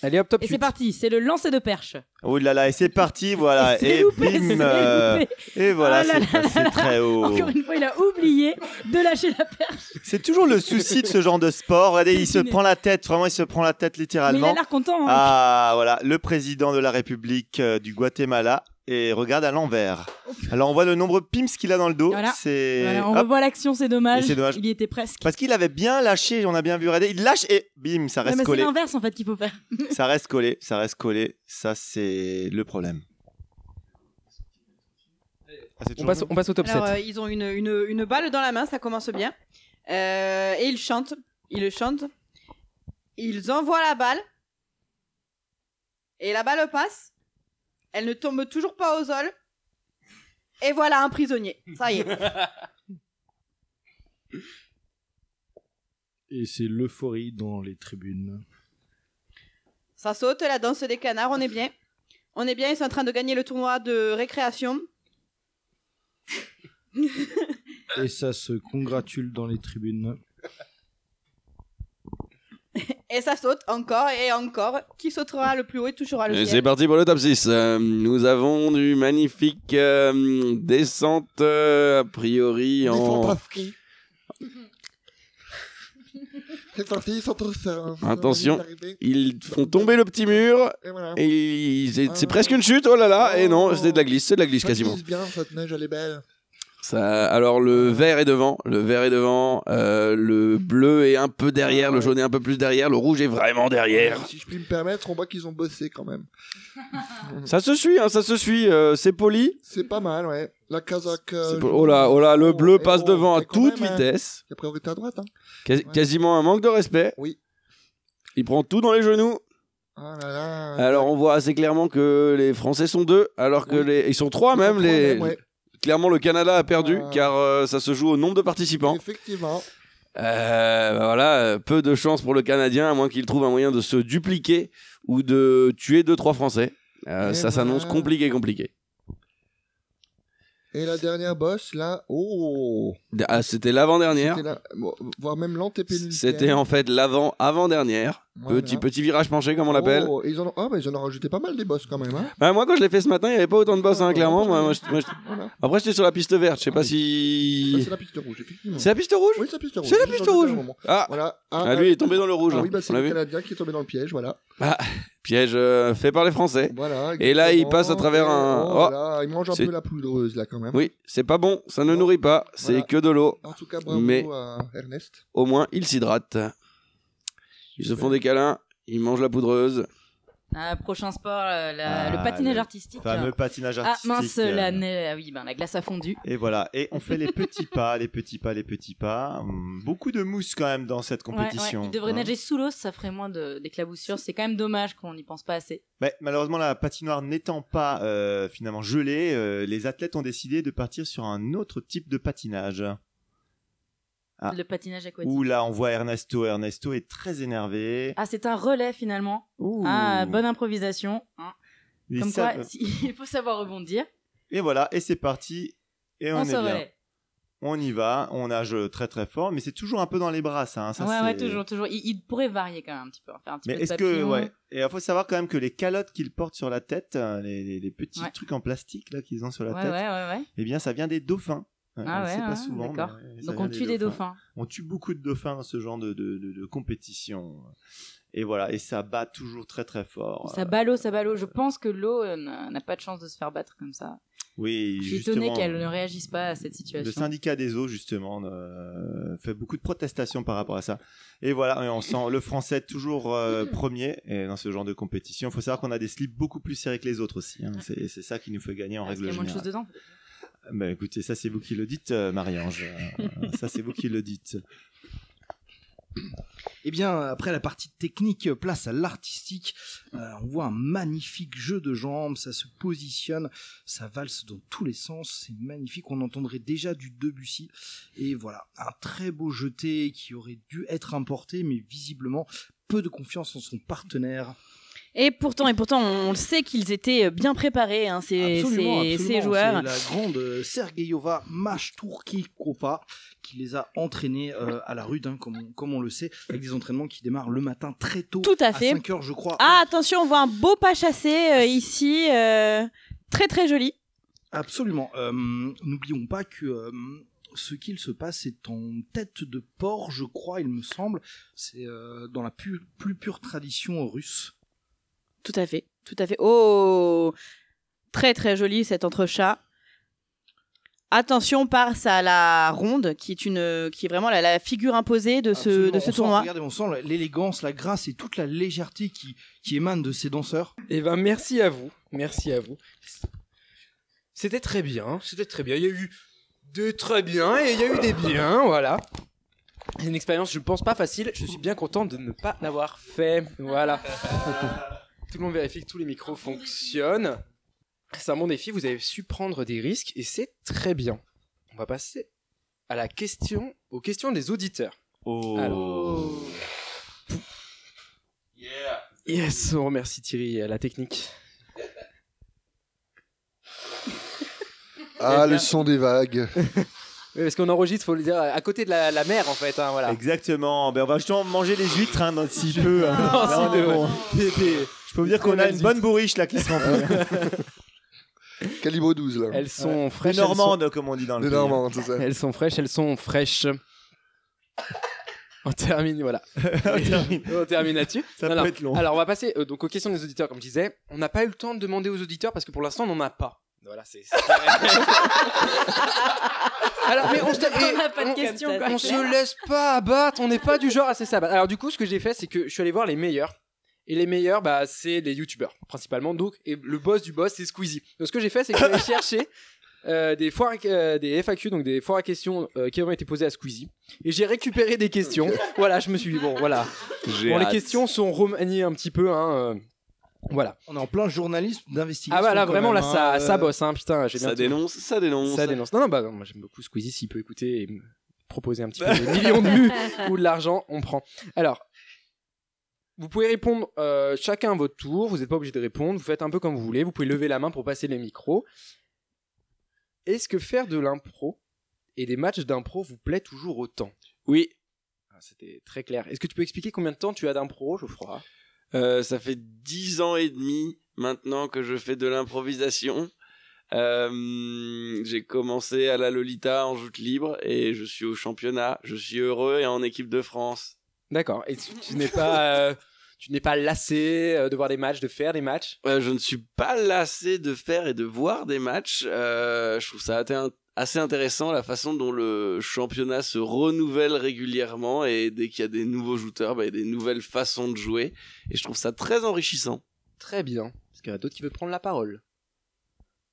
[SPEAKER 2] Allez hop top
[SPEAKER 5] Et
[SPEAKER 2] 8.
[SPEAKER 5] c'est parti, c'est le lancer de perche.
[SPEAKER 3] Oh là là, et c'est parti, voilà.
[SPEAKER 5] C'est
[SPEAKER 3] Et
[SPEAKER 5] loupé,
[SPEAKER 3] bim
[SPEAKER 5] c'est
[SPEAKER 3] euh,
[SPEAKER 5] loupé.
[SPEAKER 3] Et voilà,
[SPEAKER 5] Oh là
[SPEAKER 3] c'est
[SPEAKER 5] là
[SPEAKER 3] passé
[SPEAKER 5] là.
[SPEAKER 3] très haut.
[SPEAKER 5] Encore une fois, il a oublié de lâcher la perche.
[SPEAKER 3] C'est toujours le souci de ce genre de sport. Regardez, il se
[SPEAKER 5] Mais-
[SPEAKER 3] prend la tête, vraiment, il se prend la tête
[SPEAKER 5] Mais il a
[SPEAKER 3] littéralement.
[SPEAKER 5] l'air content. hein.
[SPEAKER 3] Ah, voilà, le président de la République euh, du Guatemala. Et regarde à l'envers. Alors, on voit le nombre pims qu'il a dans le dos.
[SPEAKER 5] Oh. Voilà.
[SPEAKER 3] C'est.
[SPEAKER 5] Voilà, on
[SPEAKER 3] Hop.
[SPEAKER 5] revoit l'action, c'est dommage.
[SPEAKER 3] Et c'est dommage.
[SPEAKER 5] Il y était presque.
[SPEAKER 3] Parce qu'il avait bien lâché, on a bien vu Regardez, Il lâche et bim, ça
[SPEAKER 5] Ouais,
[SPEAKER 3] reste
[SPEAKER 5] mais c'est
[SPEAKER 3] collé.
[SPEAKER 5] l'inverse en fait qu'il faut faire.
[SPEAKER 3] Ça reste collé, ça reste collé. Ça, c'est le problème. Ah, c'est
[SPEAKER 2] On
[SPEAKER 3] toujours
[SPEAKER 2] passe on passe au top
[SPEAKER 9] Alors,
[SPEAKER 2] 7.
[SPEAKER 9] euh, ils ont une, une, une balle dans la main, ça commence bien. Euh, et ils chantent. Ils le chantent. Ils envoient la balle. Et la balle passe. Elle ne tombe toujours pas au sol. Et voilà un prisonnier. Ça y est.
[SPEAKER 4] Et c'est l'euphorie dans les tribunes.
[SPEAKER 9] Ça saute, la danse des canards, on est bien. On est bien, ils sont en train de gagner le tournoi de récréation.
[SPEAKER 4] Et ça se congratule dans les tribunes.
[SPEAKER 9] Et ça saute encore et encore. Qui sautera le plus haut et touchera le
[SPEAKER 1] Et C'est
[SPEAKER 9] ciel.
[SPEAKER 1] parti pour le top 6. Euh, nous avons du magnifique euh, descente euh, a priori en.
[SPEAKER 7] Fantaski. C'est parti, ils sont tous. euh, sur la
[SPEAKER 1] Attention.
[SPEAKER 7] ligne d'arrivée.
[SPEAKER 1] Ils font tomber le petit mur
[SPEAKER 7] Et voilà. Ah.
[SPEAKER 1] et ils- c'est c'est presque une chute. Oh là là! Et non, c'est de la glisse, c'est de la glisse
[SPEAKER 7] Ça
[SPEAKER 1] quasiment.
[SPEAKER 7] glisse bien, cette neige, elle est belle.
[SPEAKER 1] Ça, alors le vert est devant, le vert est devant, euh, le bleu est un peu derrière, le jaune est un peu plus derrière, le rouge est vraiment derrière.
[SPEAKER 7] Si je puis me permettre, on voit qu'ils ont bossé quand même.
[SPEAKER 1] Ça se suit, hein, ça se suit, euh, c'est poli.
[SPEAKER 7] C'est pas mal, ouais. La Kazakh. euh,
[SPEAKER 1] C'est
[SPEAKER 7] je-
[SPEAKER 1] poli. Oh là, oh là, le
[SPEAKER 7] Oh,
[SPEAKER 1] bleu
[SPEAKER 7] et
[SPEAKER 1] passe
[SPEAKER 7] oh,
[SPEAKER 1] devant à
[SPEAKER 7] et quand même,
[SPEAKER 1] toute
[SPEAKER 7] hein,
[SPEAKER 1] vitesse.
[SPEAKER 7] La priorité à droite, hein.
[SPEAKER 1] Quas- Quasiment un manque de respect.
[SPEAKER 7] Oui.
[SPEAKER 1] Il prend tout dans les genoux.
[SPEAKER 7] Ah là là.
[SPEAKER 1] Alors on voit assez clairement que les Français sont deux, alors que
[SPEAKER 7] Oui.
[SPEAKER 1] les ils sont trois même.
[SPEAKER 7] Trois
[SPEAKER 1] les...
[SPEAKER 7] mêmes, ouais.
[SPEAKER 1] Clairement le Canada a perdu
[SPEAKER 7] Ah.
[SPEAKER 1] car euh, ça se joue au nombre de participants.
[SPEAKER 7] Effectivement.
[SPEAKER 1] Euh, bah voilà, euh, peu de chance pour le Canadien, à moins qu'il trouve un moyen de se dupliquer ou de tuer deux trois Français. Euh,
[SPEAKER 7] Eh
[SPEAKER 1] ça s'annonce
[SPEAKER 7] voilà.
[SPEAKER 1] compliqué, compliqué.
[SPEAKER 7] Et la dernière bosse, là. Oh.
[SPEAKER 1] Ah, c'était l'avant-dernière.
[SPEAKER 7] C'était la- bon, voire même l'antépénultième.
[SPEAKER 1] C'était en fait l'avant avant-dernière.
[SPEAKER 7] Voilà.
[SPEAKER 1] Petit petit virage penché comme on l'appelle.
[SPEAKER 7] Oh, ils en ont... ah, bah, ils en ont rajouté pas mal des bosses quand même. Hein.
[SPEAKER 1] Bah, moi quand je l'ai fait ce matin, il n'y avait pas autant de boss, hein,
[SPEAKER 7] Ah,
[SPEAKER 1] clairement.
[SPEAKER 7] voilà.
[SPEAKER 1] Moi, moi, je- moi, je-
[SPEAKER 7] Voilà.
[SPEAKER 1] Après j'étais sur la piste verte. Je sais pas
[SPEAKER 7] Ah,
[SPEAKER 1] si
[SPEAKER 7] c'est la piste rouge, effectivement.
[SPEAKER 1] c'est la piste rouge.
[SPEAKER 7] Oui, c'est la piste rouge.
[SPEAKER 1] C'est la
[SPEAKER 7] Ils ont
[SPEAKER 1] piste
[SPEAKER 7] rajouté
[SPEAKER 1] rouge.
[SPEAKER 7] un moment.
[SPEAKER 1] Ah,
[SPEAKER 7] Voilà. Ah,
[SPEAKER 1] ah, lui il est tombé dans le rouge.
[SPEAKER 7] Ah
[SPEAKER 1] hein.
[SPEAKER 7] oui, bah, c'est
[SPEAKER 1] on l'a
[SPEAKER 7] le
[SPEAKER 1] vu.
[SPEAKER 7] Canadien qui est tombé dans le piège, voilà.
[SPEAKER 1] Bah, Piège euh, fait par les Français.
[SPEAKER 7] voilà
[SPEAKER 1] Et là, il
[SPEAKER 7] exactement.
[SPEAKER 1] passe à travers un-
[SPEAKER 7] Oh,
[SPEAKER 1] Oh.
[SPEAKER 7] voilà, il mange un
[SPEAKER 1] C'est-
[SPEAKER 7] peu la poudreuse, là, quand même.
[SPEAKER 1] Oui, c'est pas bon. Ça ne
[SPEAKER 7] Bon.
[SPEAKER 1] nourrit pas.
[SPEAKER 7] Voilà.
[SPEAKER 1] C'est que de l'eau.
[SPEAKER 7] En tout cas, bravo
[SPEAKER 1] Mais-
[SPEAKER 7] à Ernest.
[SPEAKER 1] Au moins, ils s'hydratent. Ils se font des câlins, ils mangent la poudreuse.
[SPEAKER 5] Ah, prochain sport, euh, la-
[SPEAKER 3] Ah,
[SPEAKER 5] le patinage
[SPEAKER 3] le
[SPEAKER 5] artistique.
[SPEAKER 3] Fameux patinage
[SPEAKER 5] Ah
[SPEAKER 3] artistique.
[SPEAKER 5] mince,
[SPEAKER 3] euh,
[SPEAKER 5] la, neige- ah oui, ben, la glace a fondu.
[SPEAKER 3] Et voilà, et on fait les petits pas, les petits pas, les petits pas. Hum, Beaucoup de mousse quand même dans cette compétition.
[SPEAKER 5] Ouais, ouais, Il devrait
[SPEAKER 3] hein.
[SPEAKER 5] nager sous l'eau, ça ferait moins de- d'éclaboussures. C'est quand même dommage qu'on n'y pense pas assez.
[SPEAKER 3] Mais malheureusement, la patinoire n'étant pas euh, finalement gelée, euh, les athlètes ont décidé de partir sur un autre type de patinage. Ah.
[SPEAKER 5] Le patinage aquatique.
[SPEAKER 3] Où là, on voit Ernesto. Ernesto est très énervé.
[SPEAKER 5] Ah, c'est un relais finalement.
[SPEAKER 3] Ouh.
[SPEAKER 5] Ah, bonne improvisation. hein.
[SPEAKER 3] Il
[SPEAKER 5] Comme
[SPEAKER 3] sa-
[SPEAKER 5] quoi, si- il faut savoir rebondir.
[SPEAKER 3] Et voilà, et c'est parti. Et on,
[SPEAKER 5] On,
[SPEAKER 3] est
[SPEAKER 5] se
[SPEAKER 3] bien.
[SPEAKER 5] relaie.
[SPEAKER 3] On y va, on nage très très fort, mais c'est toujours un peu dans les bras, ça. hein, ça,
[SPEAKER 5] ouais,
[SPEAKER 3] c'est-
[SPEAKER 5] ouais, toujours, toujours. Il, il pourrait varier quand même un petit peu. hein, Faire un petit
[SPEAKER 3] Mais
[SPEAKER 5] peu de
[SPEAKER 3] est-ce que,
[SPEAKER 5] papillon.
[SPEAKER 3] ouais. Et il faut savoir quand même que les calottes qu'ils portent sur la tête, euh, les, les- les petits
[SPEAKER 5] Ouais.
[SPEAKER 3] trucs en plastique là qu'ils ont sur la
[SPEAKER 5] Ouais, ouais,
[SPEAKER 3] tête,
[SPEAKER 5] ouais, ouais.
[SPEAKER 3] eh bien, ça vient des dauphins. Euh,
[SPEAKER 5] Ah
[SPEAKER 3] on
[SPEAKER 5] ouais,
[SPEAKER 3] sait pas
[SPEAKER 5] ouais,
[SPEAKER 3] souvent.
[SPEAKER 5] d'accord.
[SPEAKER 3] mais, euh, ça
[SPEAKER 5] Donc
[SPEAKER 3] vient
[SPEAKER 5] on tue des dauphins.
[SPEAKER 3] On tue beaucoup de dauphins dans ce genre de, de- de- de compétition. Et voilà, et ça bat toujours très très fort.
[SPEAKER 5] Ça bat l'eau, ça bat l'eau. Je pense que l'eau euh, n'a n'a pas de chance de se faire battre comme ça.
[SPEAKER 3] Oui,
[SPEAKER 5] Je suis étonnée
[SPEAKER 3] justement.
[SPEAKER 5] qu'elle ne réagisse pas à cette
[SPEAKER 3] Le
[SPEAKER 5] situation.
[SPEAKER 3] syndicat des eaux, justement, euh, fait beaucoup de protestations par rapport à ça. Et voilà, et on sent le français toujours euh,
[SPEAKER 5] Mm.
[SPEAKER 3] premier et dans ce genre de compétition. Il faut savoir qu'on a des slips beaucoup plus serrés que les autres aussi. hein. C'est c'est ça qui nous fait gagner en
[SPEAKER 5] Parce qu'il y
[SPEAKER 3] règle
[SPEAKER 5] a moins de
[SPEAKER 3] générale.
[SPEAKER 5] choses dedans.
[SPEAKER 3] Bah, écoutez, ça c'est vous qui le dites, euh, Marie-Ange. Euh, ça c'est vous qui le dites.
[SPEAKER 4] Eh bien, après la partie technique, place à l'artistique. Euh, on voit un magnifique jeu de jambes, ça se positionne, ça valse dans tous les sens, c'est magnifique. On entendrait déjà du Debussy. Et voilà, un très beau jeté qui aurait dû être importé, mais visiblement peu de confiance en son partenaire.
[SPEAKER 6] Et pourtant, et pourtant, on le sait qu'ils étaient bien préparés, hein, ces,
[SPEAKER 4] Absolument,
[SPEAKER 6] ces- ces
[SPEAKER 4] absolument.
[SPEAKER 6] joueurs.
[SPEAKER 4] C'est la grande euh, Sergeyova Mashturki Kopa qui les a entraînés euh, à la rude, hein, comme, on, comme on le sait, avec des entraînements qui démarrent le matin très tôt.
[SPEAKER 6] Tout à fait.
[SPEAKER 4] 5 heures, je crois.
[SPEAKER 6] Ah, attention, on voit un beau pas chassé euh, ici, euh, très très joli.
[SPEAKER 4] Absolument. Euh, N'oublions pas que euh, ce qu'il se passe est en tête de porc, je crois, il me semble. C'est euh, dans la pu- plus pure tradition russe.
[SPEAKER 6] Tout à fait, tout à fait. Oh, très très joli cet entrechat. Attention, on passe à la ronde, qui est une, qui est vraiment la, la figure imposée de ce,
[SPEAKER 4] Absolument.
[SPEAKER 6] de ce
[SPEAKER 4] On sent-
[SPEAKER 6] tournoi.
[SPEAKER 4] Regardez, on sent l'élégance, la grâce et toute la légèreté qui, qui émane de ces danseurs.
[SPEAKER 2] Eh ben, merci à vous. Merci à vous. C'était très bien. C'était très bien. Il y a eu de très bien et il y a eu des biens. Voilà. C'est une expérience, je pense, pas facile. Je suis bien content de ne pas l'avoir fait. Voilà. Tout le monde vérifie que tous les micros fonctionnent. C'est un bon défi. Vous avez su prendre des risques et c'est très bien. On va passer à la question, aux questions des auditeurs.
[SPEAKER 3] Oh.
[SPEAKER 2] Alors. Yes, on remercie Thierry à la technique.
[SPEAKER 8] Ah, le son des vagues.
[SPEAKER 2] Oui, parce qu'on enregistre, faut le dire, à côté de la, la mer en fait. Hein, voilà.
[SPEAKER 3] Exactement. Ben, on va justement manger les huîtres hein, dans si peu. hein. Là, on est
[SPEAKER 2] de-
[SPEAKER 3] bon.
[SPEAKER 2] des- des-
[SPEAKER 3] Je peux vous dire qu'on a une bonne bourriche là qui se remplit.
[SPEAKER 8] Calibre 12, là.
[SPEAKER 2] Elles sont
[SPEAKER 3] Les
[SPEAKER 2] fraîches. elles
[SPEAKER 3] Normandes, comme on dit dans le
[SPEAKER 8] Les
[SPEAKER 3] pays. hein.
[SPEAKER 8] Normands, c'est ça.
[SPEAKER 2] sont- Elles sont fraîches, elles sont fraîches. On termine, voilà.
[SPEAKER 3] On termine.
[SPEAKER 2] On termine là-dessus.
[SPEAKER 3] Ça
[SPEAKER 2] Non,
[SPEAKER 3] peut
[SPEAKER 2] non.
[SPEAKER 3] être long.
[SPEAKER 2] Alors, on va passer euh, donc aux questions des auditeurs, comme je disais. On n'a pas eu le temps de demander aux auditeurs parce que pour l'instant, on n'en a pas.
[SPEAKER 6] Bah,
[SPEAKER 2] Voilà, c'est. c'est- Alors, mais on se,
[SPEAKER 6] On n'a
[SPEAKER 2] et
[SPEAKER 6] pas de questions,
[SPEAKER 2] on
[SPEAKER 6] quoi.
[SPEAKER 2] se laisse pas abattre, on n'est pas du genre à s'abattre. Alors, du coup, ce que j'ai fait, c'est que je suis allé voir les meilleurs. Et les meilleurs, bah, c'est les youtubeurs, principalement. Donc, et le boss du boss, c'est Squeezie. Donc, ce que j'ai fait, c'est que j'ai cherché euh, des, foires, à- euh, des FAQ, donc des foires à questions euh, qui ont été posées à Squeezie. Et j'ai récupéré des questions. voilà, je me suis dit, bon, voilà.
[SPEAKER 1] J'ai
[SPEAKER 2] Bon, les
[SPEAKER 1] hâte.
[SPEAKER 2] questions sont remaniées un petit peu, hein. euh, voilà.
[SPEAKER 4] On est en plein journalisme d'investigation.
[SPEAKER 2] Ah bah là,
[SPEAKER 4] quand
[SPEAKER 2] vraiment,
[SPEAKER 4] même,
[SPEAKER 2] là, ça,
[SPEAKER 4] hein.
[SPEAKER 2] ça bosse, hein, putain. j'ai bien
[SPEAKER 1] Ça
[SPEAKER 2] tout-
[SPEAKER 1] dénonce, ça dénonce.
[SPEAKER 2] Ça dénonce. Non, non, bah, non, moi, j'aime beaucoup Squeezie, s'il peut écouter et me proposer un petit peu des millions de vues ou de l'argent, on prend. Alors, vous pouvez répondre euh, chacun à votre tour, vous n'êtes pas obligé de répondre, vous faites un peu comme vous voulez, vous pouvez lever la main pour passer les micros. Est-ce que faire de l'impro et des matchs d'impro vous plaît toujours autant
[SPEAKER 1] Oui,
[SPEAKER 2] Ah, C'était très clair. Est-ce que tu peux expliquer combien de temps tu as d'impro, Geoffroy
[SPEAKER 1] Euh, ça fait dix ans et demi maintenant que je fais de l'improvisation. Euh, j'ai commencé à la Lolita en joute libre et je suis au championnat. Je suis heureux et en équipe de France.
[SPEAKER 2] D'accord. Et tu, tu n'es pas, euh, tu n'es pas lassé euh, de voir des matchs, de faire des matchs.
[SPEAKER 1] Euh, je ne suis pas lassé de faire et de voir des matchs. Euh, je trouve ça atte- assez intéressant la façon dont le championnat se renouvelle régulièrement et dès qu'il y a des nouveaux jouteurs, bah, il y a des nouvelles façons de jouer. Et je trouve ça très enrichissant.
[SPEAKER 2] Très bien. Est-ce qu'il y en a d'autres qui veulent prendre la parole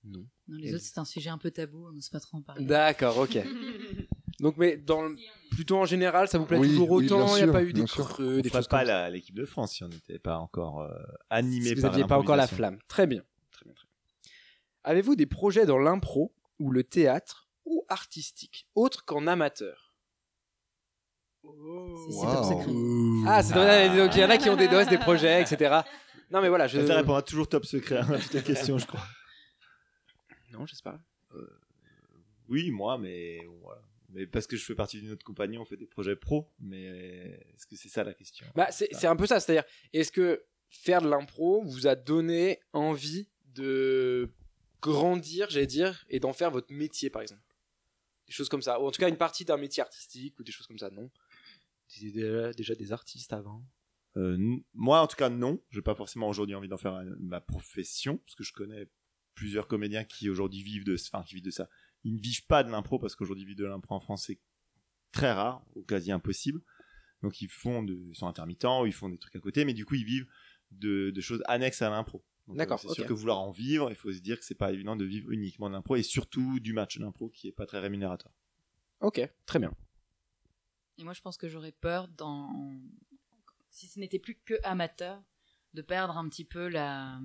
[SPEAKER 5] Non, les autres, c'est un sujet un peu tabou, on n'ose pas trop en parler.
[SPEAKER 2] D'accord. Ok. Donc, mais dans le- plutôt en général, ça vous plaît
[SPEAKER 8] Oui,
[SPEAKER 2] toujours
[SPEAKER 8] oui, bien
[SPEAKER 2] autant. Il n'y a
[SPEAKER 8] sûr,
[SPEAKER 2] pas eu des
[SPEAKER 8] bien sûr.
[SPEAKER 2] creux, des
[SPEAKER 3] On ferait
[SPEAKER 2] choses
[SPEAKER 3] pas
[SPEAKER 2] comme ça.
[SPEAKER 3] la- l'équipe de France si on n'était pas encore euh,
[SPEAKER 2] Si
[SPEAKER 3] animé
[SPEAKER 2] vous
[SPEAKER 3] par
[SPEAKER 2] n'aviez pas encore la
[SPEAKER 3] l'improvisation.
[SPEAKER 2] flamme. Très bien. Très bien, très bien. Avez-vous des projets dans l'impro ou le théâtre ou artistique, autre qu'en amateur
[SPEAKER 5] C'est c'est top
[SPEAKER 8] Wow.
[SPEAKER 5] secret.
[SPEAKER 2] Ah, c'est donc il y en a qui ont des
[SPEAKER 5] Ah.
[SPEAKER 2] doses, des projets, etc. Non, mais voilà, je.
[SPEAKER 3] Ça répondra toujours top secret hein, à toutes les questions, je crois.
[SPEAKER 2] Non, j'espère.
[SPEAKER 3] Euh, Oui, moi, mais voilà. Mais parce que je fais partie d'une autre compagnie, on fait des projets pro. Mais est-ce que c'est ça la question
[SPEAKER 2] Bah, c'est c'est un peu ça, c'est-à-dire, est-ce que faire de l'impro vous a donné envie de grandir, j'allais dire, et d'en faire votre métier, par exemple Des choses comme ça, ou en tout cas une partie d'un métier artistique, ou des choses comme ça, non Vous étiez déjà, déjà des artistes avant
[SPEAKER 3] Euh, n- moi, en tout cas, non. J'ai pas forcément aujourd'hui envie d'en faire un- ma profession, parce que je connais plusieurs comédiens qui aujourd'hui vivent de, enfin, qui vivent de ça. Ils ne vivent pas de l'impro parce qu'aujourd'hui vivre de l'impro en France c'est très rare, ou quasi impossible. Donc ils font, de, ils sont intermittents, ou ils font des trucs à côté, mais du coup ils vivent de, de choses annexes à l'impro. Donc,
[SPEAKER 2] D'accord,
[SPEAKER 3] euh, C'est sûr
[SPEAKER 2] ok.
[SPEAKER 3] que vouloir en vivre, il faut se dire que c'est pas évident de vivre uniquement de l'impro et surtout du match d'impro qui est pas très rémunérateur.
[SPEAKER 2] Ok, très bien.
[SPEAKER 5] Et moi, je pense que j'aurais peur dans si ce n'était plus que amateur, de perdre un petit peu la,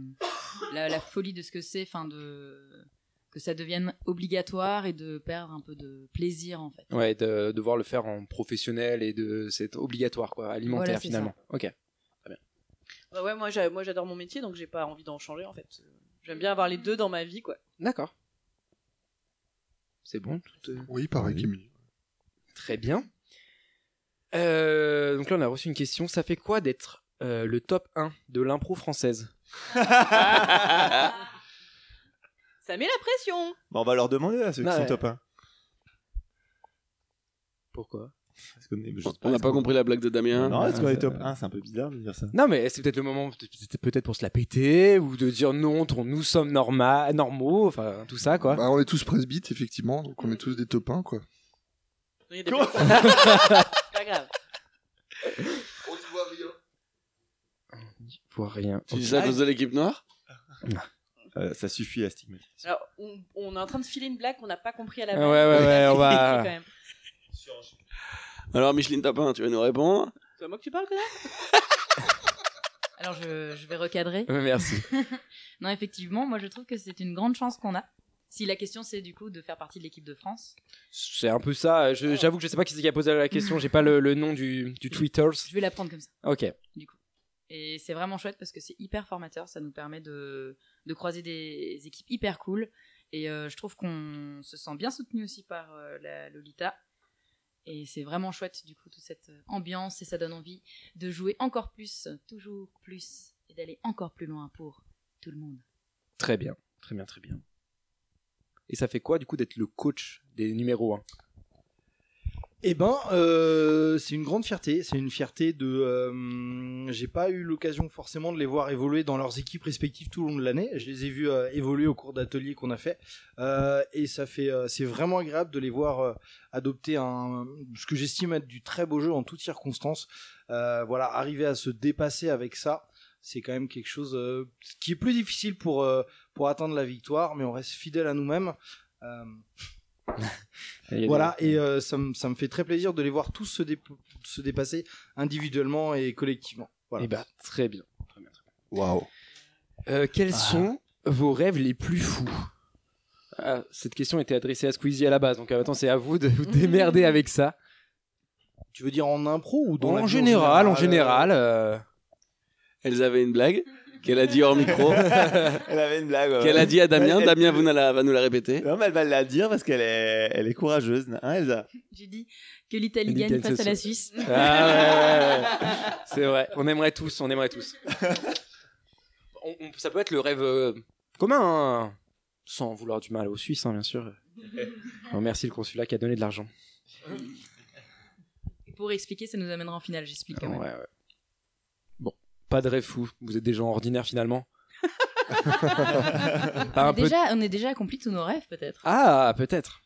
[SPEAKER 5] la, la folie de ce que c'est, enfin de que ça devienne obligatoire et de perdre un peu de plaisir en fait.
[SPEAKER 2] Ouais, de devoir le faire en professionnel et de c'est obligatoire quoi, alimentaire
[SPEAKER 5] Voilà, c'est
[SPEAKER 2] finalement. Ok.
[SPEAKER 6] Bah ouais, moi, j'a- moi j'adore mon métier, donc j'ai pas envie d'en changer en fait. J'aime bien avoir les deux dans ma vie, quoi.
[SPEAKER 2] D'accord. C'est bon. tout, euh,
[SPEAKER 7] Oui, pareil,
[SPEAKER 2] Oui.
[SPEAKER 7] Kimi.
[SPEAKER 2] Très bien. Euh, donc là, on a reçu une question. Ça fait quoi d'être euh, le top 1 de l'impro française
[SPEAKER 6] Ça met la pression.
[SPEAKER 3] Bon, on va leur demander à ceux
[SPEAKER 2] Ah
[SPEAKER 3] qui
[SPEAKER 2] ouais.
[SPEAKER 3] sont top 1.
[SPEAKER 2] Pourquoi
[SPEAKER 3] Parce qu'on est- je sais
[SPEAKER 1] On n'a
[SPEAKER 3] est-ce
[SPEAKER 1] pas
[SPEAKER 3] qu'on-
[SPEAKER 1] compris la blague de Damien.
[SPEAKER 3] Non, est-ce qu'on est
[SPEAKER 2] Euh,
[SPEAKER 3] top 1 C'est un peu bizarre de dire ça.
[SPEAKER 2] Non, mais c'est peut-être le moment, c'était peut-être pour se la péter ou de dire non, ton- nous sommes norma- normaux, enfin tout ça quoi.
[SPEAKER 7] Bah, on est tous presbytes, effectivement, donc on est tous des topins, quoi.
[SPEAKER 6] Il y a des
[SPEAKER 3] Quoi
[SPEAKER 6] personnes- C'est pas grave.
[SPEAKER 7] On ne voit rien.
[SPEAKER 2] Pour rien.
[SPEAKER 1] Tu dis ça à cause de l'équipe noire
[SPEAKER 3] Euh, ça suffit à stigmatiser.
[SPEAKER 6] Alors, on, on est en train de filer une blague qu'on n'a pas compris à la
[SPEAKER 2] Ouais,
[SPEAKER 6] base.
[SPEAKER 2] ouais, ouais, Ah. on va-
[SPEAKER 6] Quand même.
[SPEAKER 1] Alors, Micheline Tapin, tu vas nous répondre
[SPEAKER 6] C'est à moi que tu parles, connard
[SPEAKER 5] Alors je, je vais recadrer.
[SPEAKER 2] Ouais, Merci.
[SPEAKER 5] Non, effectivement, moi je trouve que c'est une grande chance qu'on a. Si la question c'est du coup de faire partie de l'équipe de France,
[SPEAKER 2] C'est un peu ça. Je- J'avoue que je sais pas qui c'est qui a posé la question. J'ai pas le, le nom du, du Twitter.
[SPEAKER 5] je vais la prendre comme ça.
[SPEAKER 2] Ok.
[SPEAKER 5] Et c'est vraiment chouette parce que c'est hyper formateur, ça nous permet de, de croiser des équipes hyper cool. Et euh, je trouve qu'on se sent bien soutenu aussi par euh, la Lolita. Et c'est vraiment chouette du coup toute cette euh, ambiance et ça donne envie de jouer encore plus, euh, toujours plus et d'aller encore plus loin pour tout le monde.
[SPEAKER 2] Très bien. Très bien, très bien. Et ça fait quoi du coup d'être le coach des numéros 1
[SPEAKER 4] Eh ben, euh, c'est une grande fierté. C'est une fierté de. euh, j'ai pas eu l'occasion forcément de les voir évoluer dans leurs équipes respectives tout au long de l'année. Je les ai vus euh, évoluer au cours d'ateliers qu'on a fait, Euh, et ça fait. euh, c'est vraiment agréable de les voir euh, adopter un ce que j'estime être du très beau jeu en toutes circonstances. Euh, voilà, arriver à se dépasser avec ça, c'est quand même quelque chose euh, qui est plus difficile pour euh, pour atteindre la victoire, mais on reste fidèle à nous-mêmes. Euh, voilà, et euh, ça, me, ça me fait très plaisir de les voir tous se, dé- se dépasser individuellement et collectivement. Voilà.
[SPEAKER 2] Eh ben, très bien. Très bien, très
[SPEAKER 7] Waouh.
[SPEAKER 2] bien. Euh,
[SPEAKER 4] Ah.
[SPEAKER 2] quels sont vos rêves les plus fous Ah, Cette question était adressée à Squeezie à la base, donc euh, maintenant c'est à vous de vous démerder avec ça.
[SPEAKER 4] Tu veux dire en impro ou dans la vie
[SPEAKER 2] en général, en
[SPEAKER 4] euh,
[SPEAKER 2] général. euh,
[SPEAKER 1] Elles avaient une blague qu'elle a dit hors micro,
[SPEAKER 3] Elle avait une blague. ouais.
[SPEAKER 1] qu'elle a dit à Damien.
[SPEAKER 3] Elle-
[SPEAKER 1] Damien vous nous la- va nous la répéter.
[SPEAKER 3] Non, mais elle va la dire parce qu'elle est, elle est courageuse. Hein, Elsa
[SPEAKER 5] J'ai dit que l'Italie
[SPEAKER 2] L'Italie
[SPEAKER 5] gagne face
[SPEAKER 2] ce
[SPEAKER 5] à la
[SPEAKER 2] soir.
[SPEAKER 5] Suisse.
[SPEAKER 2] Ah ouais, ouais, ouais, ouais. C'est vrai, on aimerait tous, on aimerait tous. On- on- ça peut être le rêve euh, commun, hein, sans vouloir du mal aux Suisses, hein, bien sûr. On remercie le consulat qui a donné de l'argent.
[SPEAKER 5] Et pour expliquer, ça nous amènera en finale, j'explique quand
[SPEAKER 2] Ouais,
[SPEAKER 5] même.
[SPEAKER 2] ouais. Bon, pas de rêve fou, vous êtes des gens ordinaires finalement. Pas
[SPEAKER 5] On,
[SPEAKER 2] un
[SPEAKER 5] est
[SPEAKER 2] peu-
[SPEAKER 5] déjà, on est déjà accompli tous nos rêves peut-être.
[SPEAKER 2] Ah, peut-être.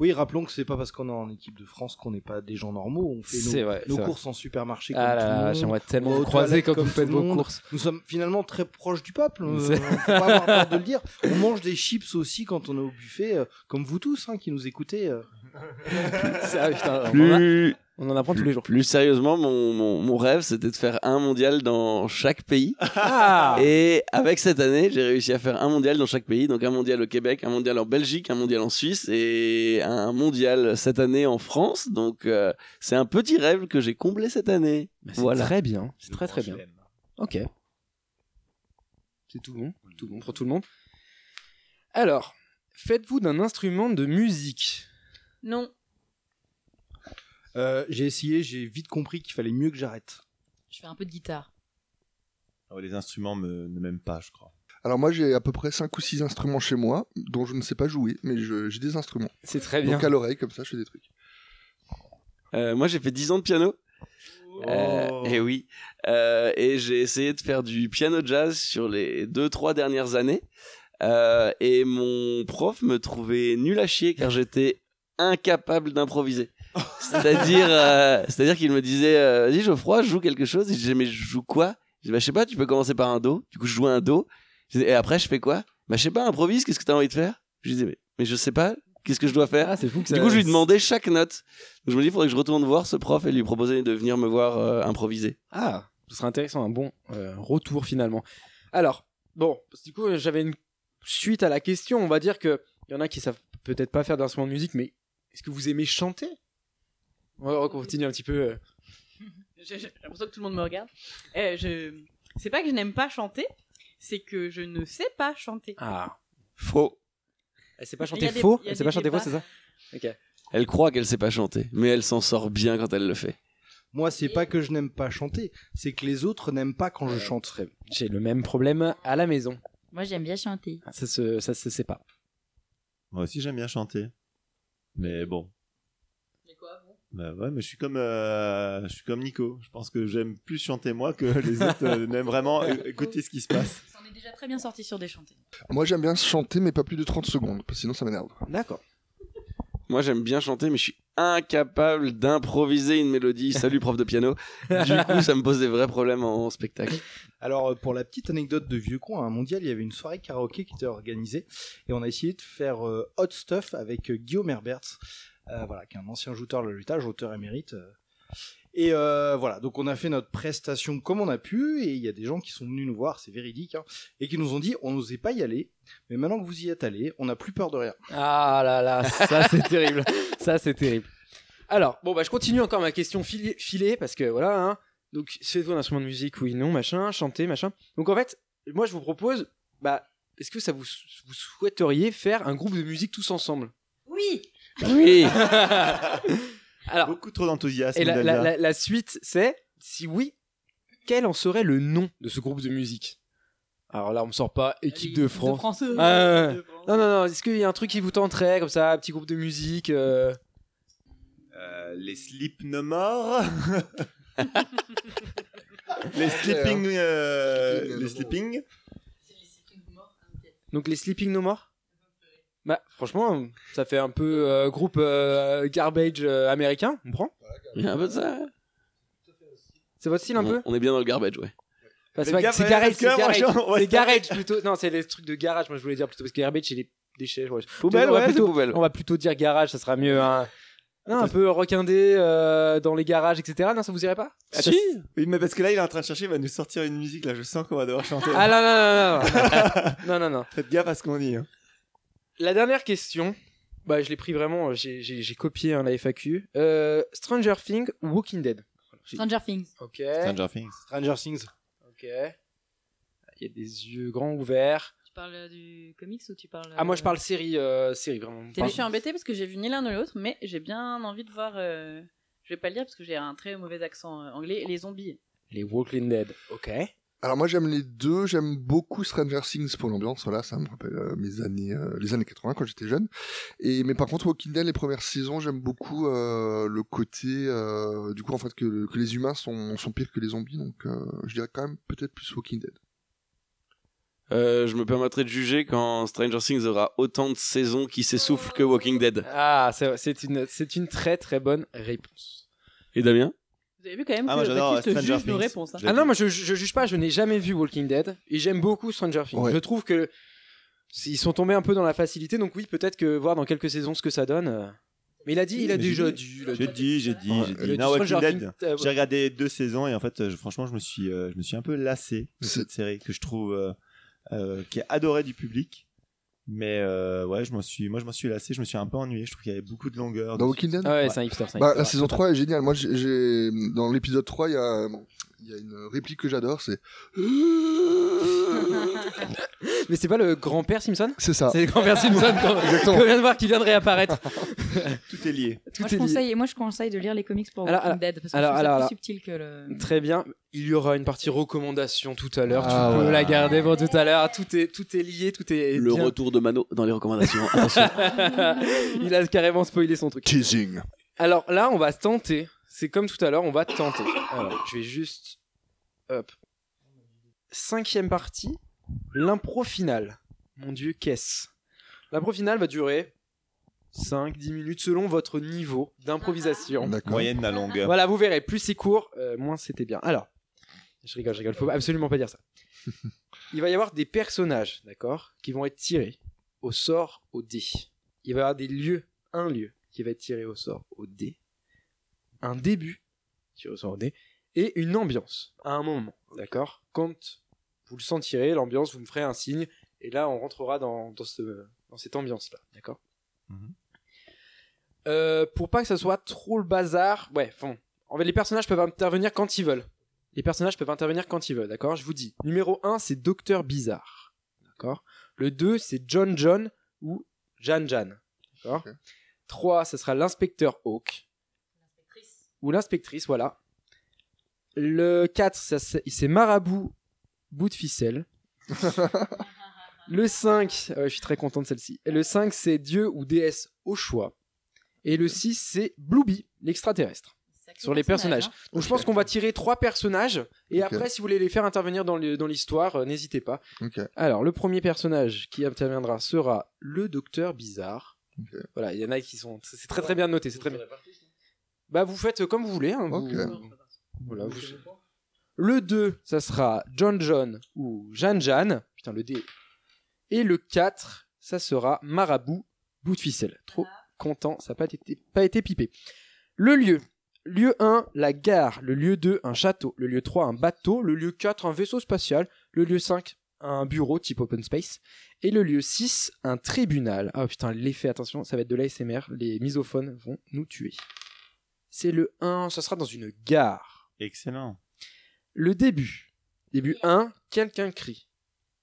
[SPEAKER 4] Oui, rappelons que c'est pas parce qu'on est en équipe de France qu'on n'est pas des gens normaux. On fait
[SPEAKER 2] C'est
[SPEAKER 4] nos,
[SPEAKER 2] vrai.
[SPEAKER 4] nos
[SPEAKER 2] c'est vrai.
[SPEAKER 4] courses en supermarché.
[SPEAKER 2] Ah
[SPEAKER 4] comme tout
[SPEAKER 2] là
[SPEAKER 4] le
[SPEAKER 2] là,
[SPEAKER 4] monde.
[SPEAKER 2] j'aimerais tellement
[SPEAKER 4] va
[SPEAKER 2] vous
[SPEAKER 4] aux
[SPEAKER 2] croiser
[SPEAKER 4] toilettes
[SPEAKER 2] quand vous
[SPEAKER 4] comme
[SPEAKER 2] faites
[SPEAKER 4] tout le
[SPEAKER 2] vos
[SPEAKER 4] monde.
[SPEAKER 2] courses.
[SPEAKER 4] Nous sommes finalement très proches du peuple. euh,
[SPEAKER 2] C'est-
[SPEAKER 4] faut pas avoir peur de le dire. On mange des chips aussi quand on est au buffet, euh, comme vous tous hein, qui nous écoutez. euh.
[SPEAKER 2] Ah, putain, on en a-
[SPEAKER 1] Plus,
[SPEAKER 2] on en apprend tous les jours.
[SPEAKER 1] plus sérieusement, mon, mon- mon rêve, c'était de faire un mondial dans chaque pays.
[SPEAKER 2] Ah
[SPEAKER 1] Et avec cette année, j'ai réussi à faire un mondial dans chaque pays. Donc un mondial au Québec, un mondial en Belgique, un mondial en Suisse et un mondial cette année en France. Donc euh, c'est un petit rêve que j'ai comblé cette année.
[SPEAKER 2] Bah, c'est
[SPEAKER 1] Voilà.
[SPEAKER 2] très bien, c'est très très bien. Ok. C'est tout bon, tout bon pour tout le monde. Alors, faites-vous d'un instrument de musique
[SPEAKER 6] Non.
[SPEAKER 4] Euh, j'ai essayé, j'ai vite compris qu'il fallait mieux que j'arrête.
[SPEAKER 5] Je fais un peu de guitare.
[SPEAKER 3] Oh, les instruments me, ne m'aiment pas, je crois.
[SPEAKER 7] Alors moi j'ai à peu près 5 ou 6 instruments chez moi, dont je ne sais pas jouer, mais je- j'ai des instruments.
[SPEAKER 2] C'est très bien.
[SPEAKER 7] Donc à l'oreille comme ça je fais des trucs.
[SPEAKER 1] Euh, moi, j'ai fait 10 ans de piano.
[SPEAKER 3] Oh.
[SPEAKER 1] et oui. Euh, et j'ai essayé de faire du piano jazz sur les 2-3 dernières années. Euh, et mon prof me trouvait nul à chier car j'étais incapable d'improviser. C'est-à-dire, euh, c'est-à-dire qu'il me disait, euh, vas-y Geoffroy, joue quelque chose. Et je disais, mais je joue quoi Je dis, bah, je sais pas, tu peux commencer par un do. Du coup, je joue un do. Je dis, et après, je fais quoi Bah, je sais pas, improvise, qu'est-ce que t'as envie de faire Je disais, mais, mais je sais pas, Qu'est-ce que je dois faire
[SPEAKER 2] Ah, c'est fou que ça.
[SPEAKER 1] Du coup, je lui demandais chaque note. Donc, je me dis, il faudrait que je retourne voir ce prof et lui proposer de venir me voir euh, improviser.
[SPEAKER 2] Ah, ce serait intéressant, un bon euh, retour finalement. Alors, bon, parce que du coup, euh, j'avais une suite à la question. On va dire que il y en a qui savent peut-être pas faire d'instrument de musique, mais est-ce que vous aimez chanter On va continuer un petit peu. euh.
[SPEAKER 6] J'ai j'ai l'impression que tout le monde me regarde. Euh, je... C'est pas que je n'aime pas chanter, c'est que je ne sais pas chanter.
[SPEAKER 2] Ah,
[SPEAKER 1] Faux.
[SPEAKER 2] elle sait pas
[SPEAKER 6] Il
[SPEAKER 2] chanter
[SPEAKER 6] y a des-
[SPEAKER 2] faux,
[SPEAKER 6] il y a
[SPEAKER 2] elle
[SPEAKER 6] des
[SPEAKER 2] sait pas chanter faux,
[SPEAKER 6] débats.
[SPEAKER 2] c'est ça Ok.
[SPEAKER 1] Elle croit qu'elle sait pas chanter, mais elle s'en sort bien quand elle le fait.
[SPEAKER 4] Moi, c'est pas que je n'aime pas chanter, c'est que les autres n'aiment pas quand je
[SPEAKER 2] Ouais.
[SPEAKER 4] chante.
[SPEAKER 2] J'ai le même problème à la maison.
[SPEAKER 5] Moi, j'aime bien chanter.
[SPEAKER 2] Ça se, ça se sépare.
[SPEAKER 3] Moi aussi, j'aime bien chanter. Mais bon. Bah ouais, mais je suis comme, euh, je suis comme Nico. Je pense que j'aime plus chanter moi que les autres euh, n'aiment vraiment euh, écouter ce qui se passe.
[SPEAKER 5] On est déjà très bien sorti sur des chantés.
[SPEAKER 7] Moi, j'aime bien chanter, mais pas plus de 30 secondes, parce que sinon ça m'énerve.
[SPEAKER 2] D'accord.
[SPEAKER 1] Moi, j'aime bien chanter, mais je suis incapable d'improviser une mélodie. Salut, prof de piano. Du coup, ça me pose des vrais problèmes en spectacle.
[SPEAKER 4] Alors, euh, pour la petite anecdote de vieux con, à un mondial, il y avait une soirée karaoké qui était organisée et on a essayé de faire euh, Hot Stuff avec euh, Guillaume Herberts, euh, voilà, qui est un ancien jouteur de la lutage, auteur émérite. euh. Et euh, voilà, donc on a fait notre prestation comme on a pu et il y a des gens qui sont venus nous voir, c'est véridique, hein, et qui nous ont dit on n'osait pas y aller, mais maintenant que vous y êtes allés, on n'a plus peur de rien.
[SPEAKER 2] Ah là là, ça c'est terrible. Ça c'est terrible. Alors, bon bah je continue encore ma question filée, filée parce que voilà, hein. Donc faites-vous un instrument de musique, oui, non, machin, chanter, machin. Donc en fait, moi je vous propose, bah, est-ce que ça vous, vous souhaiteriez faire un groupe de musique tous ensemble
[SPEAKER 5] Oui
[SPEAKER 2] Oui Alors,
[SPEAKER 3] Beaucoup trop d'enthousiasme.
[SPEAKER 2] et la,
[SPEAKER 3] Nadia.
[SPEAKER 2] la- la- la suite c'est, si oui, quel en serait le nom de ce groupe de musique Alors là, on me sort pas équipe de France. Ah, ouais, ouais. Non, non, non, est-ce qu'il y a un truc qui vous tenterait, comme ça, un petit groupe de musique euh,
[SPEAKER 3] Euh, les Sleep No More. les Sleeping. euh,
[SPEAKER 7] Sleeping No
[SPEAKER 3] les
[SPEAKER 7] More.
[SPEAKER 3] Sleeping.
[SPEAKER 2] Donc les Sleeping No More Bah, franchement, ça fait un peu euh, groupe euh, garbage euh, américain, on prend
[SPEAKER 1] Il y a un peu de ça.
[SPEAKER 2] C'est votre style un peu
[SPEAKER 1] On, on est bien dans le garbage, ouais.
[SPEAKER 2] Enfin, C'est
[SPEAKER 3] Faites
[SPEAKER 2] pas-
[SPEAKER 3] gaffe,
[SPEAKER 2] c'est
[SPEAKER 3] hein,
[SPEAKER 2] garage,
[SPEAKER 3] parce que
[SPEAKER 2] c'est
[SPEAKER 3] moi,
[SPEAKER 2] garage.
[SPEAKER 3] je- ouais,
[SPEAKER 2] C'est garage plutôt. Non, c'est les trucs de garage, moi je voulais dire plutôt, parce que garbage, c'est les déchets. ouais.
[SPEAKER 1] Poubelle,
[SPEAKER 2] on va
[SPEAKER 1] ouais, c'est
[SPEAKER 2] plutôt-
[SPEAKER 1] poubelle.
[SPEAKER 2] On va plutôt dire garage, ça sera mieux. hein. Non, un peu requindé euh, dans les garages, etc. Non, ça vous irait pas
[SPEAKER 1] Ah,
[SPEAKER 3] Attends, Oui, mais parce que là, il est en train de chercher, il va nous sortir une musique. Là, je sens qu'on va devoir chanter.
[SPEAKER 2] Ah non, non, non, non. non, non, non.
[SPEAKER 3] Faites gaffe à ce qu'on dit. hein.
[SPEAKER 2] La dernière question, bah, je l'ai pris vraiment, j'ai- j'ai j'ai copié hein, la FAQ. Euh, Stranger Things ou Walking Dead
[SPEAKER 5] Stranger Things.
[SPEAKER 2] Ok.
[SPEAKER 3] Stranger Things.
[SPEAKER 4] Stranger Things.
[SPEAKER 2] Ok. Il y a des yeux grands ouverts.
[SPEAKER 5] Tu
[SPEAKER 10] euh,
[SPEAKER 5] parles du comics ou tu parles.
[SPEAKER 2] Ah, moi je parle série, euh, série vraiment.
[SPEAKER 6] T'as vu, je suis embêtée parce que j'ai vu ni l'un ni l'autre, mais j'ai bien envie de voir. euh, Je vais pas le dire parce que j'ai un très mauvais accent euh, anglais. Les zombies.
[SPEAKER 2] Les Walking Dead, ok.
[SPEAKER 7] Alors moi j'aime les deux, j'aime beaucoup Stranger Things pour l'ambiance, voilà, ça me rappelle euh, mes années, euh, les années 80 quand j'étais jeune. Et mais par contre Walking Dead les premières saisons, j'aime beaucoup euh, le côté euh, du coup en fait que, que les humains sont, sont pires que les zombies, donc euh, je dirais quand même peut-être plus Walking Dead.
[SPEAKER 1] Euh, je me permettrai de juger quand Stranger Things aura autant de saisons qui s'essoufflent que Walking Dead.
[SPEAKER 2] Ah, c'est- c'est une, c'est une très très bonne réponse.
[SPEAKER 1] Et Damien
[SPEAKER 6] Vous avez vu quand même
[SPEAKER 3] Ah, moi,
[SPEAKER 6] que
[SPEAKER 3] j'adore,
[SPEAKER 6] Baptiste
[SPEAKER 3] Stranger
[SPEAKER 6] juge nos
[SPEAKER 3] Things.
[SPEAKER 6] réponses. hein.
[SPEAKER 3] Je-
[SPEAKER 2] Ah non, moi je, je- je juge pas, je n'ai jamais vu Walking Dead et j'aime beaucoup Stranger Things.
[SPEAKER 7] Ouais.
[SPEAKER 2] Je trouve que ils sont tombés un peu dans la facilité, donc oui, peut-être que voir dans quelques saisons ce que ça donne. euh. Mais il a dit, il a
[SPEAKER 3] Mais
[SPEAKER 2] déjà
[SPEAKER 3] j'ai
[SPEAKER 2] dit. Ah,
[SPEAKER 3] J'ai dit, j'ai dit,
[SPEAKER 7] Ouais,
[SPEAKER 3] j'ai
[SPEAKER 7] le
[SPEAKER 3] dit. Non, Walking Dead.
[SPEAKER 2] Dead.
[SPEAKER 3] J'ai regardé deux saisons et en fait, euh, je- franchement, je me suis, euh, je me suis un peu lassé de
[SPEAKER 7] C'est-
[SPEAKER 3] cette série que je trouve euh, euh, qui est adorée du public. Mais euh, ouais, je m'en suis, moi, je m'en suis lassé. Je me suis un peu ennuyé. Je trouve qu'il y avait beaucoup de longueur.
[SPEAKER 7] Dans
[SPEAKER 3] dessus.
[SPEAKER 7] Walking Dead
[SPEAKER 2] Ah ouais,
[SPEAKER 3] Ouais.
[SPEAKER 2] c'est un hipster, c'est un
[SPEAKER 7] Bah,
[SPEAKER 2] hipster.
[SPEAKER 7] la saison 3 est géniale. Moi, j'ai- j'ai dans l'épisode 3, il y a, il y a une réplique que j'adore, c'est
[SPEAKER 2] Mais c'est pas le grand-père Simpson
[SPEAKER 7] c'est ça.
[SPEAKER 2] C'est le grand-père Simpson qu'on
[SPEAKER 7] Exactement.
[SPEAKER 2] qu'on vient de voir qui vient de réapparaître.
[SPEAKER 3] Tout est lié.
[SPEAKER 2] Tout
[SPEAKER 5] moi,
[SPEAKER 2] est
[SPEAKER 5] je
[SPEAKER 2] lié.
[SPEAKER 5] conseille, moi, je conseille de lire les comics pour
[SPEAKER 2] Alors,
[SPEAKER 5] Walking
[SPEAKER 2] alors,
[SPEAKER 5] Dead parce que
[SPEAKER 2] alors,
[SPEAKER 5] je trouve ça
[SPEAKER 2] alors,
[SPEAKER 5] plus
[SPEAKER 2] alors.
[SPEAKER 5] subtil que le.
[SPEAKER 2] Très bien. Il y aura une partie recommandation tout à l'heure.
[SPEAKER 7] Ah
[SPEAKER 2] tu peux
[SPEAKER 7] ouais.
[SPEAKER 2] la garder pour tout à l'heure. Tout est, tout est lié, tout est
[SPEAKER 1] Le
[SPEAKER 2] Eh bien.
[SPEAKER 1] retour de Mano dans les recommandations. Attention.
[SPEAKER 2] Il a carrément spoilé son truc.
[SPEAKER 7] Teasing.
[SPEAKER 2] Alors là, on va tenter. C'est comme tout à l'heure, on va tenter. Alors, je vais juste... Hop. Cinquième partie. L'impro finale. Mon dieu, qu'est-ce L'impro finale va durer 5-10 minutes selon votre niveau d'improvisation.
[SPEAKER 7] D'accord.
[SPEAKER 3] Moyenne à longueur.
[SPEAKER 2] Voilà, vous verrez, plus c'est court, euh, moins c'était bien. Alors, je rigole, je rigole, faut absolument pas dire ça. Il va y avoir des personnages, d'accord, qui vont être tirés au sort au dé. il va y avoir des lieux, un lieu qui va être tiré au sort au dé, un début tiré au sort au dé, et une ambiance à un moment, d'accord Quand vous le sentirez, l'ambiance, vous me ferez un signe, et là on rentrera dans, dans, ce- dans cette ambiance-là, d'accord
[SPEAKER 3] Mhm.
[SPEAKER 2] Euh, Pour pas que ça soit trop le bazar, ouais, bon, en fait les personnages peuvent intervenir quand ils veulent. Les personnages peuvent intervenir quand ils veulent, d'accord Je vous dis, numéro 1, c'est Docteur Bizarre, d'accord Le 2, c'est John John ou Jan Jan, d'accord 3, ça sera l'inspecteur Hawk, ou l'inspectrice, voilà. Le 4, ça, c'est c'est Marabout, bout de ficelle. le 5, je suis très content de celle-ci. Et Le 5, c'est Dieu ou déesse au choix. Et le 6, c'est Blooby, l'extraterrestre.
[SPEAKER 5] Sacré
[SPEAKER 2] Sur les
[SPEAKER 5] personnage, hein.
[SPEAKER 2] personnages. Donc je pense qu'on va tirer trois personnages. Et
[SPEAKER 7] Ok.
[SPEAKER 2] après, si vous voulez les faire intervenir dans le- dans l'histoire, euh, n'hésitez pas.
[SPEAKER 7] Ok.
[SPEAKER 2] Alors, le premier personnage qui interviendra sera le docteur bizarre.
[SPEAKER 7] Ok.
[SPEAKER 2] Voilà, il y en a qui sont. C'est très très bien noté, c'est très bien. Bah, vous faites comme vous voulez. hein, vous-
[SPEAKER 7] Ok.
[SPEAKER 2] Voilà, vous- Le 2, ça sera John John ou Jeanne Jeanne. Putain, le D. Et le 4, ça sera Marabout, bout de ficelle. Trop content, ça n'a pas été, pas été pipé. Le lieu. Lieu 1, la gare. Le lieu 2, un château. Le lieu 3, un bateau. Le lieu 4, un vaisseau spatial. Le lieu 5, un bureau type open space. Et le lieu 6, un tribunal. Ah putain, l'effet, attention, ça va être de l'ASMR. Les misophones vont nous tuer. C'est le 1, ça sera dans une gare.
[SPEAKER 3] Excellent.
[SPEAKER 2] Le début. Début 1, quelqu'un crie.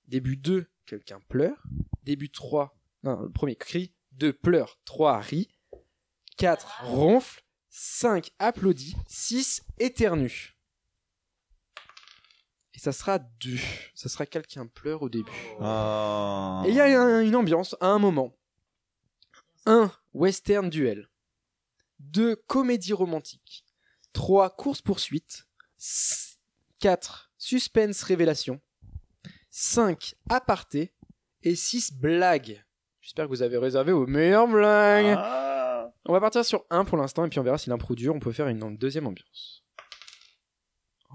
[SPEAKER 2] Début 2, quelqu'un pleure. Début 3, non, le premier cri. 2, pleure. 3, rit. 4, ronfle. 5, applaudit. 6, éternue. Et ça sera 2. Ça sera quelqu'un pleure au début.
[SPEAKER 3] Oh.
[SPEAKER 2] Et il y a un- une ambiance à un moment. 1. Western duel. 2. Comédie romantique. 3. Course-poursuite. 4. Suspense révélation. 5. Aparté. Et 6. Blague. J'espère que vous avez réservé aux meilleures blagues.
[SPEAKER 3] Ah.
[SPEAKER 2] On va partir sur un pour l'instant et puis on verra si l'impro dure. On peut faire une deuxième ambiance.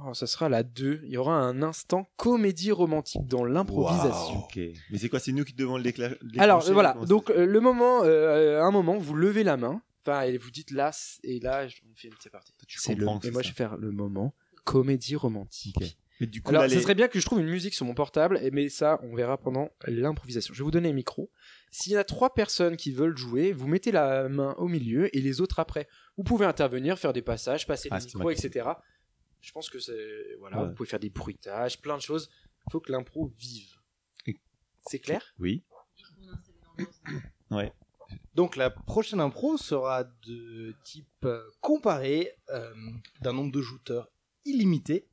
[SPEAKER 2] Oh, ça sera la 2. Il y aura un instant comédie romantique dans l'improvisation.
[SPEAKER 3] Wow. Ok. Mais c'est quoi C'est nous qui devons le décla- déclencher
[SPEAKER 2] Alors euh, voilà,
[SPEAKER 3] Comment ça
[SPEAKER 2] donc
[SPEAKER 3] se fait
[SPEAKER 2] euh, le moment, euh, à un moment, vous levez la main, enfin, et vous dites là, c- et là, je- on fait une petite partie.
[SPEAKER 3] Tu
[SPEAKER 2] C'est le,
[SPEAKER 3] comprends que
[SPEAKER 2] et
[SPEAKER 3] c'est
[SPEAKER 2] moi,
[SPEAKER 3] ça.
[SPEAKER 2] je vais faire le moment comédie romantique.
[SPEAKER 3] Ok. Mais du coup,
[SPEAKER 2] Alors,
[SPEAKER 3] là,
[SPEAKER 2] ce
[SPEAKER 3] les-
[SPEAKER 2] serait bien que je trouve une musique sur mon portable, et- mais ça, on verra pendant l'improvisation. Je vais vous donner un micro. S'il y a trois personnes qui veulent jouer, vous mettez la main au milieu et les autres après. Vous pouvez intervenir, faire des passages, passer
[SPEAKER 3] Ah,
[SPEAKER 2] les
[SPEAKER 3] c'est
[SPEAKER 2] micros,
[SPEAKER 3] vrai que-
[SPEAKER 2] etc. Je pense que c'est. Voilà,
[SPEAKER 3] Ouais.
[SPEAKER 2] vous pouvez faire des bruitages, plein de choses. Il faut que l'impro vive.
[SPEAKER 3] Et-
[SPEAKER 2] C'est clair
[SPEAKER 3] Oui.
[SPEAKER 4] Donc la prochaine impro sera de type euh, comparé euh, d'un nombre de jouteurs illimité,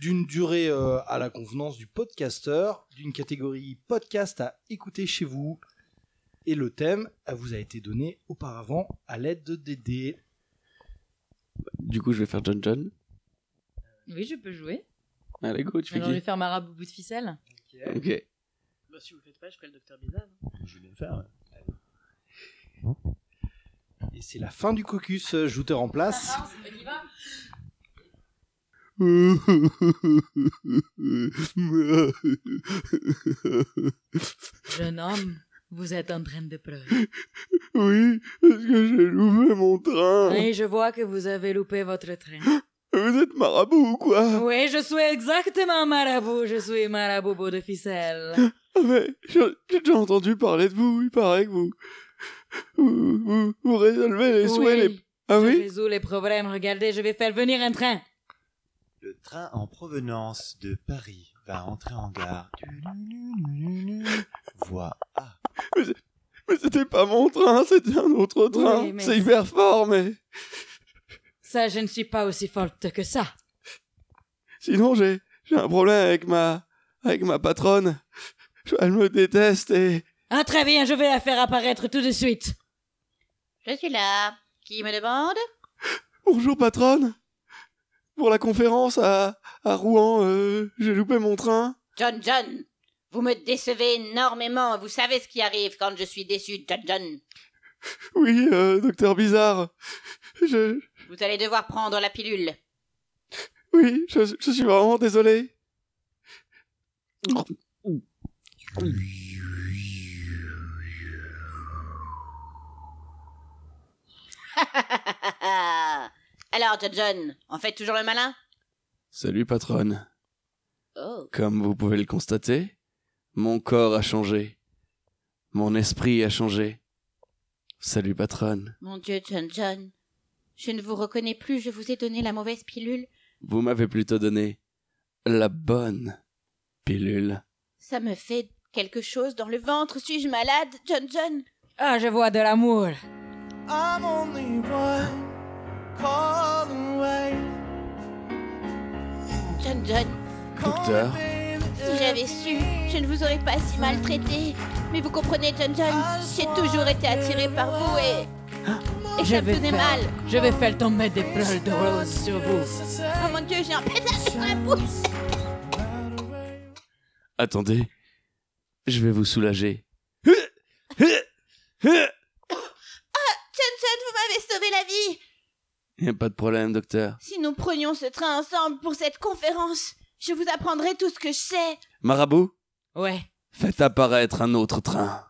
[SPEAKER 4] d'une durée euh, à la convenance du podcasteur, d'une catégorie podcast à écouter chez vous, et le thème euh, vous a été donné auparavant à l'aide de DD.
[SPEAKER 1] Du coup, je vais faire John John.
[SPEAKER 5] Oui, je peux jouer.
[SPEAKER 1] Allez, go, tu fais
[SPEAKER 5] Alors, je vais
[SPEAKER 1] qui
[SPEAKER 5] faire Marabout bout de ficelle.
[SPEAKER 1] Ok.
[SPEAKER 10] Bah, si vous le faites pas, je ferai le docteur Bizarre.
[SPEAKER 3] Je vais le faire.
[SPEAKER 4] Et c'est la fin du caucus euh, jouteur en place.
[SPEAKER 5] on y va Jeune homme, vous êtes en train de pleurer.
[SPEAKER 8] Oui, parce que j'ai loupé mon train.
[SPEAKER 5] Oui, je vois que vous avez loupé votre train.
[SPEAKER 8] Vous êtes marabout ou quoi
[SPEAKER 5] Oui, je suis exactement marabout. Je suis marabout bout de ficelle.
[SPEAKER 8] Ah mais, je- j'ai déjà entendu parler de vous, il paraît que vous... Vous, vous, vous résolvez les souhaits, les... Ah
[SPEAKER 5] je
[SPEAKER 8] oui
[SPEAKER 5] résous les problèmes. Regardez, je vais faire venir un train.
[SPEAKER 3] Le train en provenance de Paris va entrer en gare. Voie A.
[SPEAKER 8] Mais c'était pas mon train, c'était un autre train.
[SPEAKER 5] Oui, mais-
[SPEAKER 8] C'est hyper fort, mais...
[SPEAKER 5] Ça, je ne suis pas aussi forte que ça.
[SPEAKER 8] Sinon, j'ai j'ai un problème avec ma... avec ma patronne. Je- Elle me déteste et...
[SPEAKER 5] Ah, très bien, je vais la faire apparaître tout de suite.
[SPEAKER 6] Je suis là. Qui me demande
[SPEAKER 8] Bonjour patronne Pour la conférence à, à Rouen, euh, j'ai loupé mon train.
[SPEAKER 6] John John. Vous me décevez énormément. Vous savez ce qui arrive quand je suis déçu, John John.
[SPEAKER 8] Oui, euh, docteur Bizarre. Je...
[SPEAKER 6] Vous allez devoir prendre la pilule.
[SPEAKER 8] Oui, je, je suis vraiment désolé.
[SPEAKER 11] Alors, John, en fait toujours le malin
[SPEAKER 1] Salut patronne.
[SPEAKER 11] Oh.
[SPEAKER 1] Comme vous pouvez le constater, mon corps a changé. Mon esprit a changé. Salut patronne.
[SPEAKER 11] Mon Dieu, John John. Je ne vous reconnais plus, je vous ai donné la mauvaise pilule.
[SPEAKER 1] Vous m'avez plutôt donné la bonne pilule.
[SPEAKER 11] Ça me fait quelque chose dans le ventre. Suis-je malade, John John
[SPEAKER 6] Ah, je vois de l'amour.
[SPEAKER 12] I'm only one call away.
[SPEAKER 11] John John,
[SPEAKER 1] Docteur,
[SPEAKER 11] si j'avais su, je ne vous aurais pas si maltraité. Mais vous comprenez, John John, j'ai toujours été attirée par vous et. Et ça me faisait mal.
[SPEAKER 6] Je vais faire tomber des pleurs de rose sur vous.
[SPEAKER 11] Oh mon dieu, j'ai un pétard dans la bouche.
[SPEAKER 1] attendez. Je vais vous soulager.
[SPEAKER 11] Ah, John John, vous m'avez sauvé la vie.
[SPEAKER 1] Y a pas de problème, docteur.
[SPEAKER 11] Si nous prenions ce train ensemble pour cette conférence, je vous apprendrai tout ce que je sais.
[SPEAKER 1] Marabout,
[SPEAKER 6] Ouais.
[SPEAKER 1] faites apparaître un autre train.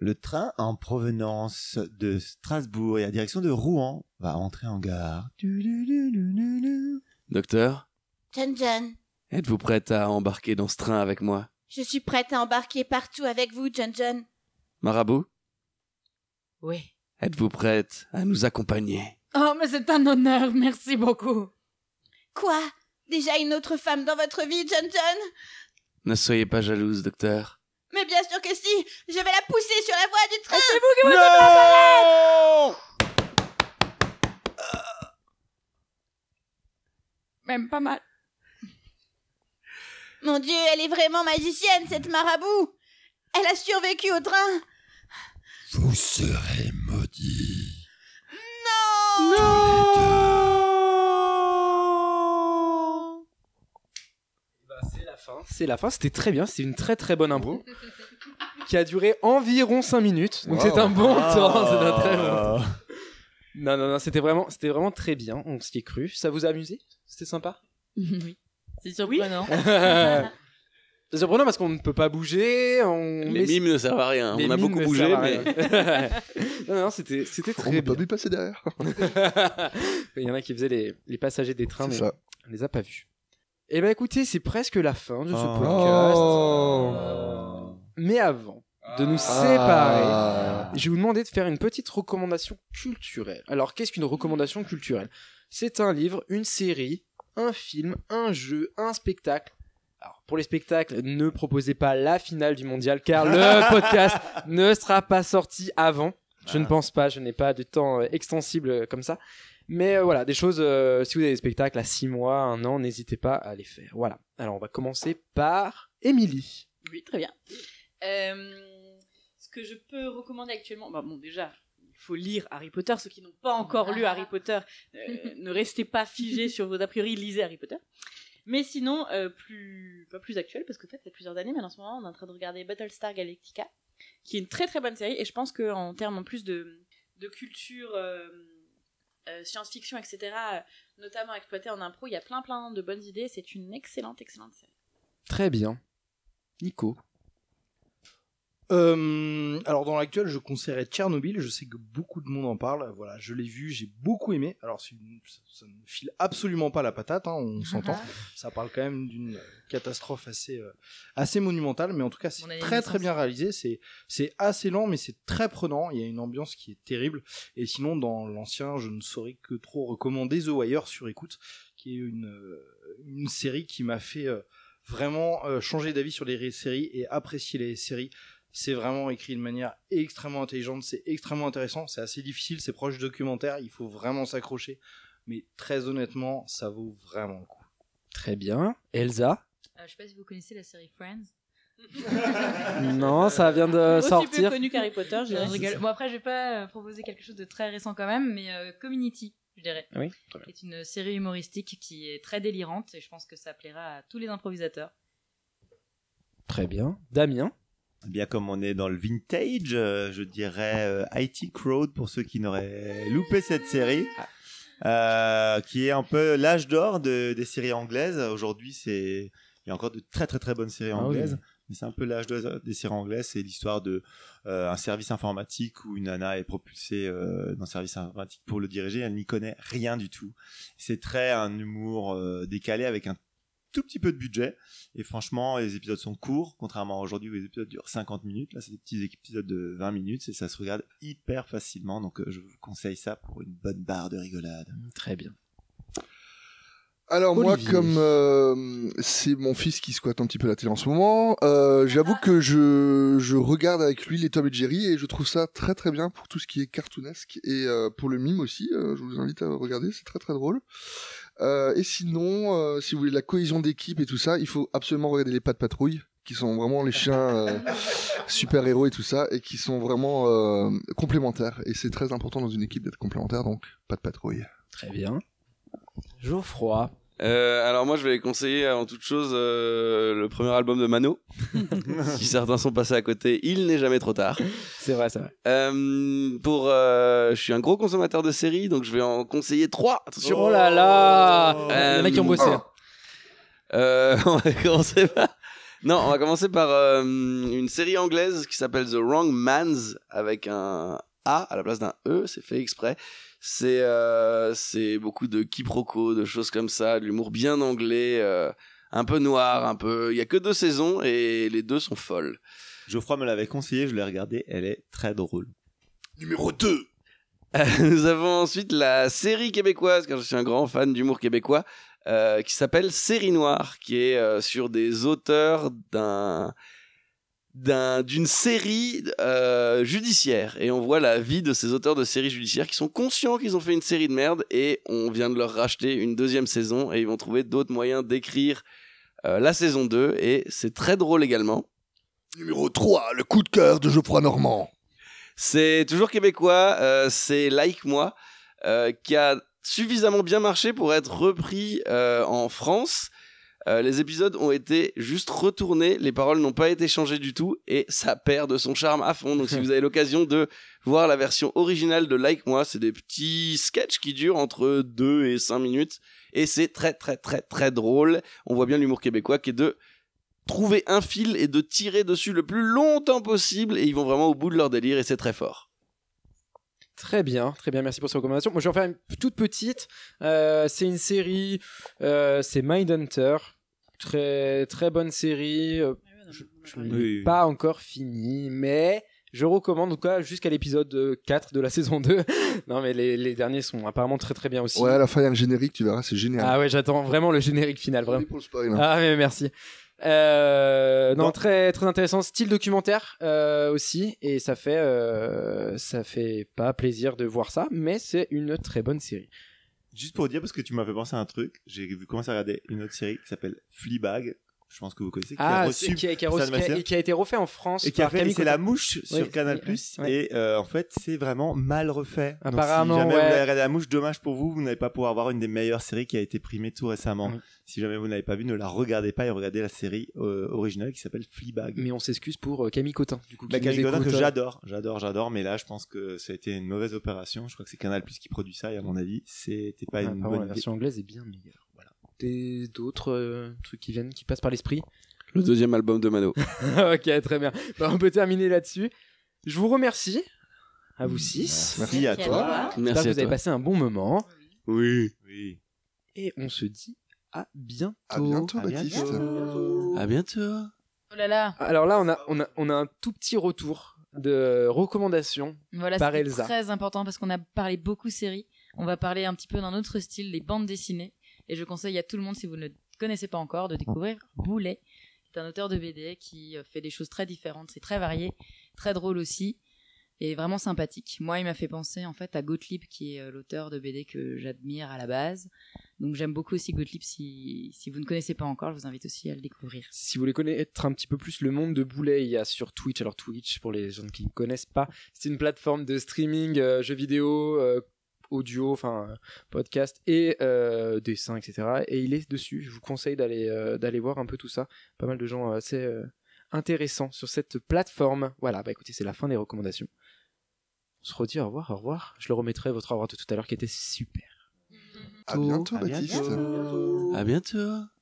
[SPEAKER 3] Le train en provenance de Strasbourg et à direction de Rouen va entrer en gare.
[SPEAKER 1] Docteur,
[SPEAKER 11] John John,
[SPEAKER 1] êtes-vous prête à embarquer dans ce train avec moi
[SPEAKER 11] je suis prête à embarquer partout avec vous, John John.
[SPEAKER 1] Marabout,
[SPEAKER 6] Oui.
[SPEAKER 1] êtes-vous prête à nous accompagner
[SPEAKER 6] Oh, mais c'est un honneur, merci beaucoup.
[SPEAKER 11] Quoi Déjà une autre femme dans votre vie, John John
[SPEAKER 1] Ne soyez pas jalouse, docteur.
[SPEAKER 11] Mais bien sûr que si Je vais la pousser sur la voie du train
[SPEAKER 1] Non
[SPEAKER 6] Même pas mal.
[SPEAKER 11] Mon dieu, elle est vraiment magicienne, cette marabout Elle a survécu au train
[SPEAKER 13] Vous serez maudits.
[SPEAKER 2] C'est la fin. C'est la fin, c'était très bien, c'est une très très bonne impro qui a duré environ 5 minutes. Donc
[SPEAKER 7] Wow.
[SPEAKER 2] c'est un bon
[SPEAKER 3] Ah.
[SPEAKER 2] temps, c'est un très bon temps. Non, non, non, c'était vraiment, c'était vraiment très bien, on s'y est cru. Ça vous a amusé C'était sympa
[SPEAKER 6] oui. C'est surprenant. Euh,
[SPEAKER 2] C'est surprenant parce qu'on ne peut pas bouger, on...
[SPEAKER 1] Les
[SPEAKER 2] mais-
[SPEAKER 1] mimes ne servent à rien.
[SPEAKER 2] les
[SPEAKER 1] On a
[SPEAKER 2] mimes
[SPEAKER 1] beaucoup
[SPEAKER 2] ne
[SPEAKER 1] bougé,
[SPEAKER 2] servent à
[SPEAKER 1] mais
[SPEAKER 2] rien. non, non, c'était, c'était
[SPEAKER 7] On
[SPEAKER 2] très
[SPEAKER 7] peut pas
[SPEAKER 2] bien.
[SPEAKER 7] vu passer derrière.
[SPEAKER 2] Il y en a qui faisaient les, les passagers des trains,
[SPEAKER 7] C'est
[SPEAKER 2] mais
[SPEAKER 7] ça.
[SPEAKER 2] on les a pas vus. Eh ben écoutez, c'est presque la fin de ce
[SPEAKER 3] Oh.
[SPEAKER 2] podcast.
[SPEAKER 7] Ah. Oh.
[SPEAKER 2] Mais avant de nous séparer, je vais vous demander de faire une petite recommandation culturelle. Alors, qu'est-ce qu'une recommandation culturelle C'est un livre, une série, un film, un jeu, un spectacle. Alors, pour les spectacles, ne proposez pas la finale du mondial car le podcast ne sera pas sorti avant. Je ne pense pas, je n'ai pas de temps euh, extensible euh, comme ça. Mais euh, voilà, des choses, euh, si vous avez des spectacles à 6 mois, 1 an, n'hésitez pas à les faire. Voilà. Alors, on va commencer par Émilie.
[SPEAKER 6] Oui, très bien. Euh, ce que je peux recommander actuellement, bah bon, déjà, il faut lire Harry Potter. Ceux qui n'ont pas encore lu Harry Potter, euh, ne restez pas figés sur vos a priori, lisez Harry Potter. Mais sinon, euh, plus, pas plus actuel, parce qu'en fait, il y a plusieurs années, mais en ce moment, on est en train de regarder Battlestar Galactica, qui est une très très bonne série, et je pense qu'en termes en plus de, de culture, euh, euh, science-fiction, etc., euh, notamment exploitée en impro, il y a plein plein de bonnes idées, c'est une excellente, excellente série.
[SPEAKER 2] Très bien. Nico.
[SPEAKER 4] Euh, alors dans l'actuel, je conseillerais Tchernobyl. Je sais que beaucoup de monde en parle. Voilà, je l'ai vu, j'ai beaucoup aimé. Alors c'est une- ça, ça ne file absolument pas la patate, hein, on s'entend. ça parle quand même d'une catastrophe assez euh, assez monumentale, mais en tout cas c'est
[SPEAKER 6] On a une
[SPEAKER 4] très très
[SPEAKER 6] licence.
[SPEAKER 4] bien réalisé. C'est c'est assez lent, mais c'est très prenant. Il y a une ambiance qui est terrible. Et sinon dans l'ancien, je ne saurais que trop recommander The Wire sur écoute, qui est une euh, une série qui m'a fait euh, vraiment euh, changer d'avis sur les ré- séries et apprécier les séries. C'est vraiment écrit de manière extrêmement intelligente, c'est extrêmement intéressant, c'est assez difficile, c'est proche documentaire, il faut vraiment s'accrocher. Mais très honnêtement, ça vaut vraiment le coup.
[SPEAKER 2] Très bien. Elsa.
[SPEAKER 6] Euh, je sais pas si vous connaissez la série Friends.
[SPEAKER 2] Non, ça vient de
[SPEAKER 6] Aussi peu
[SPEAKER 2] sortir.
[SPEAKER 6] connu qu'Harry Potter, je
[SPEAKER 2] Ouais, c'est
[SPEAKER 6] rigole.
[SPEAKER 2] ça.
[SPEAKER 6] Bon, après, je vais pas euh, proposer quelque chose de très récent quand même, mais euh, Community, je dirais.
[SPEAKER 2] Oui,
[SPEAKER 6] qui est une série humoristique qui est très délirante et je pense que ça plaira à tous les improvisateurs.
[SPEAKER 2] Très bien. Damien.
[SPEAKER 3] Eh Bien comme on est dans le vintage, euh, je dirais euh, IT Crowd pour ceux qui n'auraient loupé cette série, euh, qui est un peu l'âge d'or de- des séries anglaises. Aujourd'hui, c'est il y a encore de très très très bonnes séries
[SPEAKER 2] Ah oui.
[SPEAKER 3] anglaises, Mais c'est un peu l'âge d'oise- des séries anglaises, c'est l'histoire de euh, un service informatique où une nana est propulsée euh, d'un service informatique pour le diriger, elle n'y connaît rien du tout. C'est très un humour euh, décalé avec un tout petit peu de budget. Et franchement, les épisodes sont courts, contrairement à aujourd'hui où les épisodes durent 50 minutes. Là, c'est des petits épisodes de 20 minutes et ça se regarde hyper facilement. Donc, euh, je vous conseille ça pour une bonne barre de rigolade.
[SPEAKER 2] Très bien.
[SPEAKER 7] Alors moi,
[SPEAKER 3] Olivier.
[SPEAKER 7] comme euh, c'est mon fils qui squatte un petit peu la télé en ce moment, euh, j'avoue que je, je regarde avec lui les Tom et Jerry et je trouve ça très très bien pour tout ce qui est cartoonesque et euh, pour le mime aussi. euh, je vous invite à regarder, c'est très très drôle. Euh, et sinon, euh, si vous voulez de la cohésion d'équipe et tout ça, il faut absolument regarder les pas de patrouille qui sont vraiment les chiens euh, super-héros et tout ça, et qui sont vraiment euh, complémentaires. Et c'est très important dans une équipe d'être complémentaire, donc pas de patrouille.
[SPEAKER 2] Très bien. Geoffroy.
[SPEAKER 1] Euh, alors moi je vais conseiller avant toute chose euh, le premier album de Mano. si certains sont passés à côté, il n'est jamais trop tard.
[SPEAKER 2] C'est vrai, c'est vrai.
[SPEAKER 1] Euh, pour, euh, je suis un gros consommateur de séries, donc je vais en conseiller trois. Attention.
[SPEAKER 2] Oh là là Il y en a qui ont
[SPEAKER 1] Euh,
[SPEAKER 2] bossé.
[SPEAKER 1] Euh, on va commencer par. Non, on va commencer par euh, une série anglaise qui s'appelle The Wrong Man's avec un A à la place d'un E, c'est fait exprès. C'est euh, c'est beaucoup de quiproquos, de choses comme ça, de l'humour bien anglais, euh, un peu noir, un peu. Il y a que deux saisons et les deux sont folles.
[SPEAKER 3] Geoffroy me l'avait conseillé, je l'ai regardé, elle est très drôle.
[SPEAKER 1] Numéro 2 Euh, Nous avons ensuite la série québécoise, car je suis un grand fan d'humour québécois, euh, qui s'appelle Série Noire, qui est euh, sur des auteurs d'un d'un- d'une série euh, judiciaire et on voit la vie de ces auteurs de séries judiciaires qui sont conscients qu'ils ont fait une série de merde et on vient de leur racheter une deuxième saison et ils vont trouver d'autres moyens d'écrire euh, la saison 2 et c'est très drôle également
[SPEAKER 7] Numéro 3, Ah, le coup de cœur de Geoffroy Normand.
[SPEAKER 1] c'est toujours québécois, euh, c'est Like Moi, euh, qui a suffisamment bien marché pour être repris euh, en France. Euh, les épisodes ont été juste retournés, les paroles n'ont pas été changées du tout, et ça perd de son charme à fond. Donc si vous avez l'occasion de voir la version originale de Like Moi, c'est des petits sketchs qui durent entre 2 et 5 minutes, et c'est très très très très drôle. On voit bien l'humour québécois qui est de trouver un fil et de tirer dessus le plus longtemps possible et ils vont vraiment au bout de leur délire et c'est très fort.
[SPEAKER 2] Très bien, très bien, merci pour ces recommandations. Moi, je vais en faire une toute petite. Euh, c'est une série, euh, c'est Mindhunter. Très, très bonne série. Euh, je je ne l'ai
[SPEAKER 3] Oui, oui.
[SPEAKER 2] pas encore fini, mais je recommande, en tout cas, jusqu'à l'épisode euh, 4 de la saison 2. non, mais les, les derniers sont apparemment très, très bien aussi.
[SPEAKER 7] Ouais, à la fin, il y a le générique, tu verras, c'est génial.
[SPEAKER 2] ah ouais, j'attends vraiment le générique final, vraiment.
[SPEAKER 7] Pour le spoil, hein.
[SPEAKER 2] Ah mais merci. Euh, non, très très intéressant, style documentaire euh, aussi, et ça fait euh, ça fait pas plaisir de voir ça, mais c'est une très bonne série.
[SPEAKER 3] Juste pour dire, parce que tu m'as fait penser à un truc, j'ai vu- commencé à regarder une autre série qui s'appelle Fleabag, je pense que vous connaissez, qui a
[SPEAKER 2] Ah, c'est-
[SPEAKER 3] reçu
[SPEAKER 2] qui a, qui a
[SPEAKER 3] sa
[SPEAKER 2] reçu- qui a-
[SPEAKER 3] matière.
[SPEAKER 2] et qui a été refait en France
[SPEAKER 3] et qui a
[SPEAKER 2] par
[SPEAKER 3] fait
[SPEAKER 2] Camille
[SPEAKER 3] c'est
[SPEAKER 2] Cotin.
[SPEAKER 3] la mouche sur
[SPEAKER 2] Ouais,
[SPEAKER 3] Canal
[SPEAKER 2] ouais,
[SPEAKER 3] Plus
[SPEAKER 2] ouais.
[SPEAKER 3] et euh, en fait c'est vraiment mal refait Donc,
[SPEAKER 2] Apparemment,
[SPEAKER 3] si jamais
[SPEAKER 2] ouais.
[SPEAKER 3] vous avez regardé la mouche dommage pour vous vous n'allez pas pouvoir voir une des meilleures séries qui a été primée tout récemment
[SPEAKER 2] Ouais.
[SPEAKER 3] si jamais vous n'avez pas vu ne la regardez pas et regardez la série euh, originale qui s'appelle Fleabag
[SPEAKER 2] Mais on s'excuse pour euh, Camille Cotin du coup.
[SPEAKER 3] la
[SPEAKER 2] qui
[SPEAKER 3] Bah,
[SPEAKER 2] nous
[SPEAKER 3] Camille Cotin que
[SPEAKER 2] écoute, euh,
[SPEAKER 3] j'adore j'adore j'adore mais là je pense que ça a été une mauvaise opération je crois que c'est Canal Plus qui produit ça et à mon avis c'était pas une
[SPEAKER 2] apparemment,
[SPEAKER 3] bonne
[SPEAKER 2] Ah, la
[SPEAKER 3] idée
[SPEAKER 2] version anglaise est bien meilleure. Voilà. Des- D'autres euh, trucs qui viennent, qui passent par l'esprit.
[SPEAKER 1] Le deuxième album de Mano.
[SPEAKER 2] ok, très bien. Bah, on peut terminer là-dessus. Je vous remercie. À vous six.
[SPEAKER 3] Mmh. merci à toi
[SPEAKER 1] Merci
[SPEAKER 2] J'espère que
[SPEAKER 1] à
[SPEAKER 2] vous avez
[SPEAKER 1] toi.
[SPEAKER 2] passé un bon moment.
[SPEAKER 1] Oui.
[SPEAKER 3] oui
[SPEAKER 2] Et on se dit à bientôt.
[SPEAKER 7] À bientôt,
[SPEAKER 3] À
[SPEAKER 7] Baptiste.
[SPEAKER 3] bientôt.
[SPEAKER 1] À bientôt.
[SPEAKER 5] Oh là là.
[SPEAKER 2] Alors là, on a, on, a, on a un tout petit retour de recommandations.
[SPEAKER 5] Voilà,
[SPEAKER 2] Par
[SPEAKER 5] c'est
[SPEAKER 2] Elsa.
[SPEAKER 5] très important parce qu'on a parlé beaucoup séries. On va parler un petit peu d'un autre style, les bandes dessinées. Et je conseille à tout le monde, si vous ne le connaissez pas encore, de découvrir Boulet. C'est un auteur de BD qui euh, fait des choses très différentes. C'est très varié, très drôle aussi, et vraiment sympathique. Moi, il m'a fait penser en fait à Gottlieb, qui est euh, l'auteur de BD que j'admire à la base. Donc j'aime beaucoup aussi Gottlieb. Si, si vous ne connaissez pas encore, je vous invite aussi à le découvrir.
[SPEAKER 2] Si vous voulez connaître un petit peu plus le monde de Boulet, il y a sur Twitch. Alors Twitch, pour les gens qui ne connaissent pas, c'est une plateforme de streaming, euh, jeux vidéo, euh, audio, enfin euh, podcast et euh, dessin, etc. Et il est dessus. Je vous conseille d'aller euh, d'aller voir un peu tout ça. Pas mal de gens euh, assez euh, intéressants sur cette plateforme. Voilà. Bah écoutez, c'est la fin des recommandations. On se redit au revoir, au revoir. Je le remettrai votre au revoir de tout à l'heure qui était super.
[SPEAKER 7] À bientôt,
[SPEAKER 3] À bientôt.
[SPEAKER 7] Baptiste.
[SPEAKER 1] À bientôt.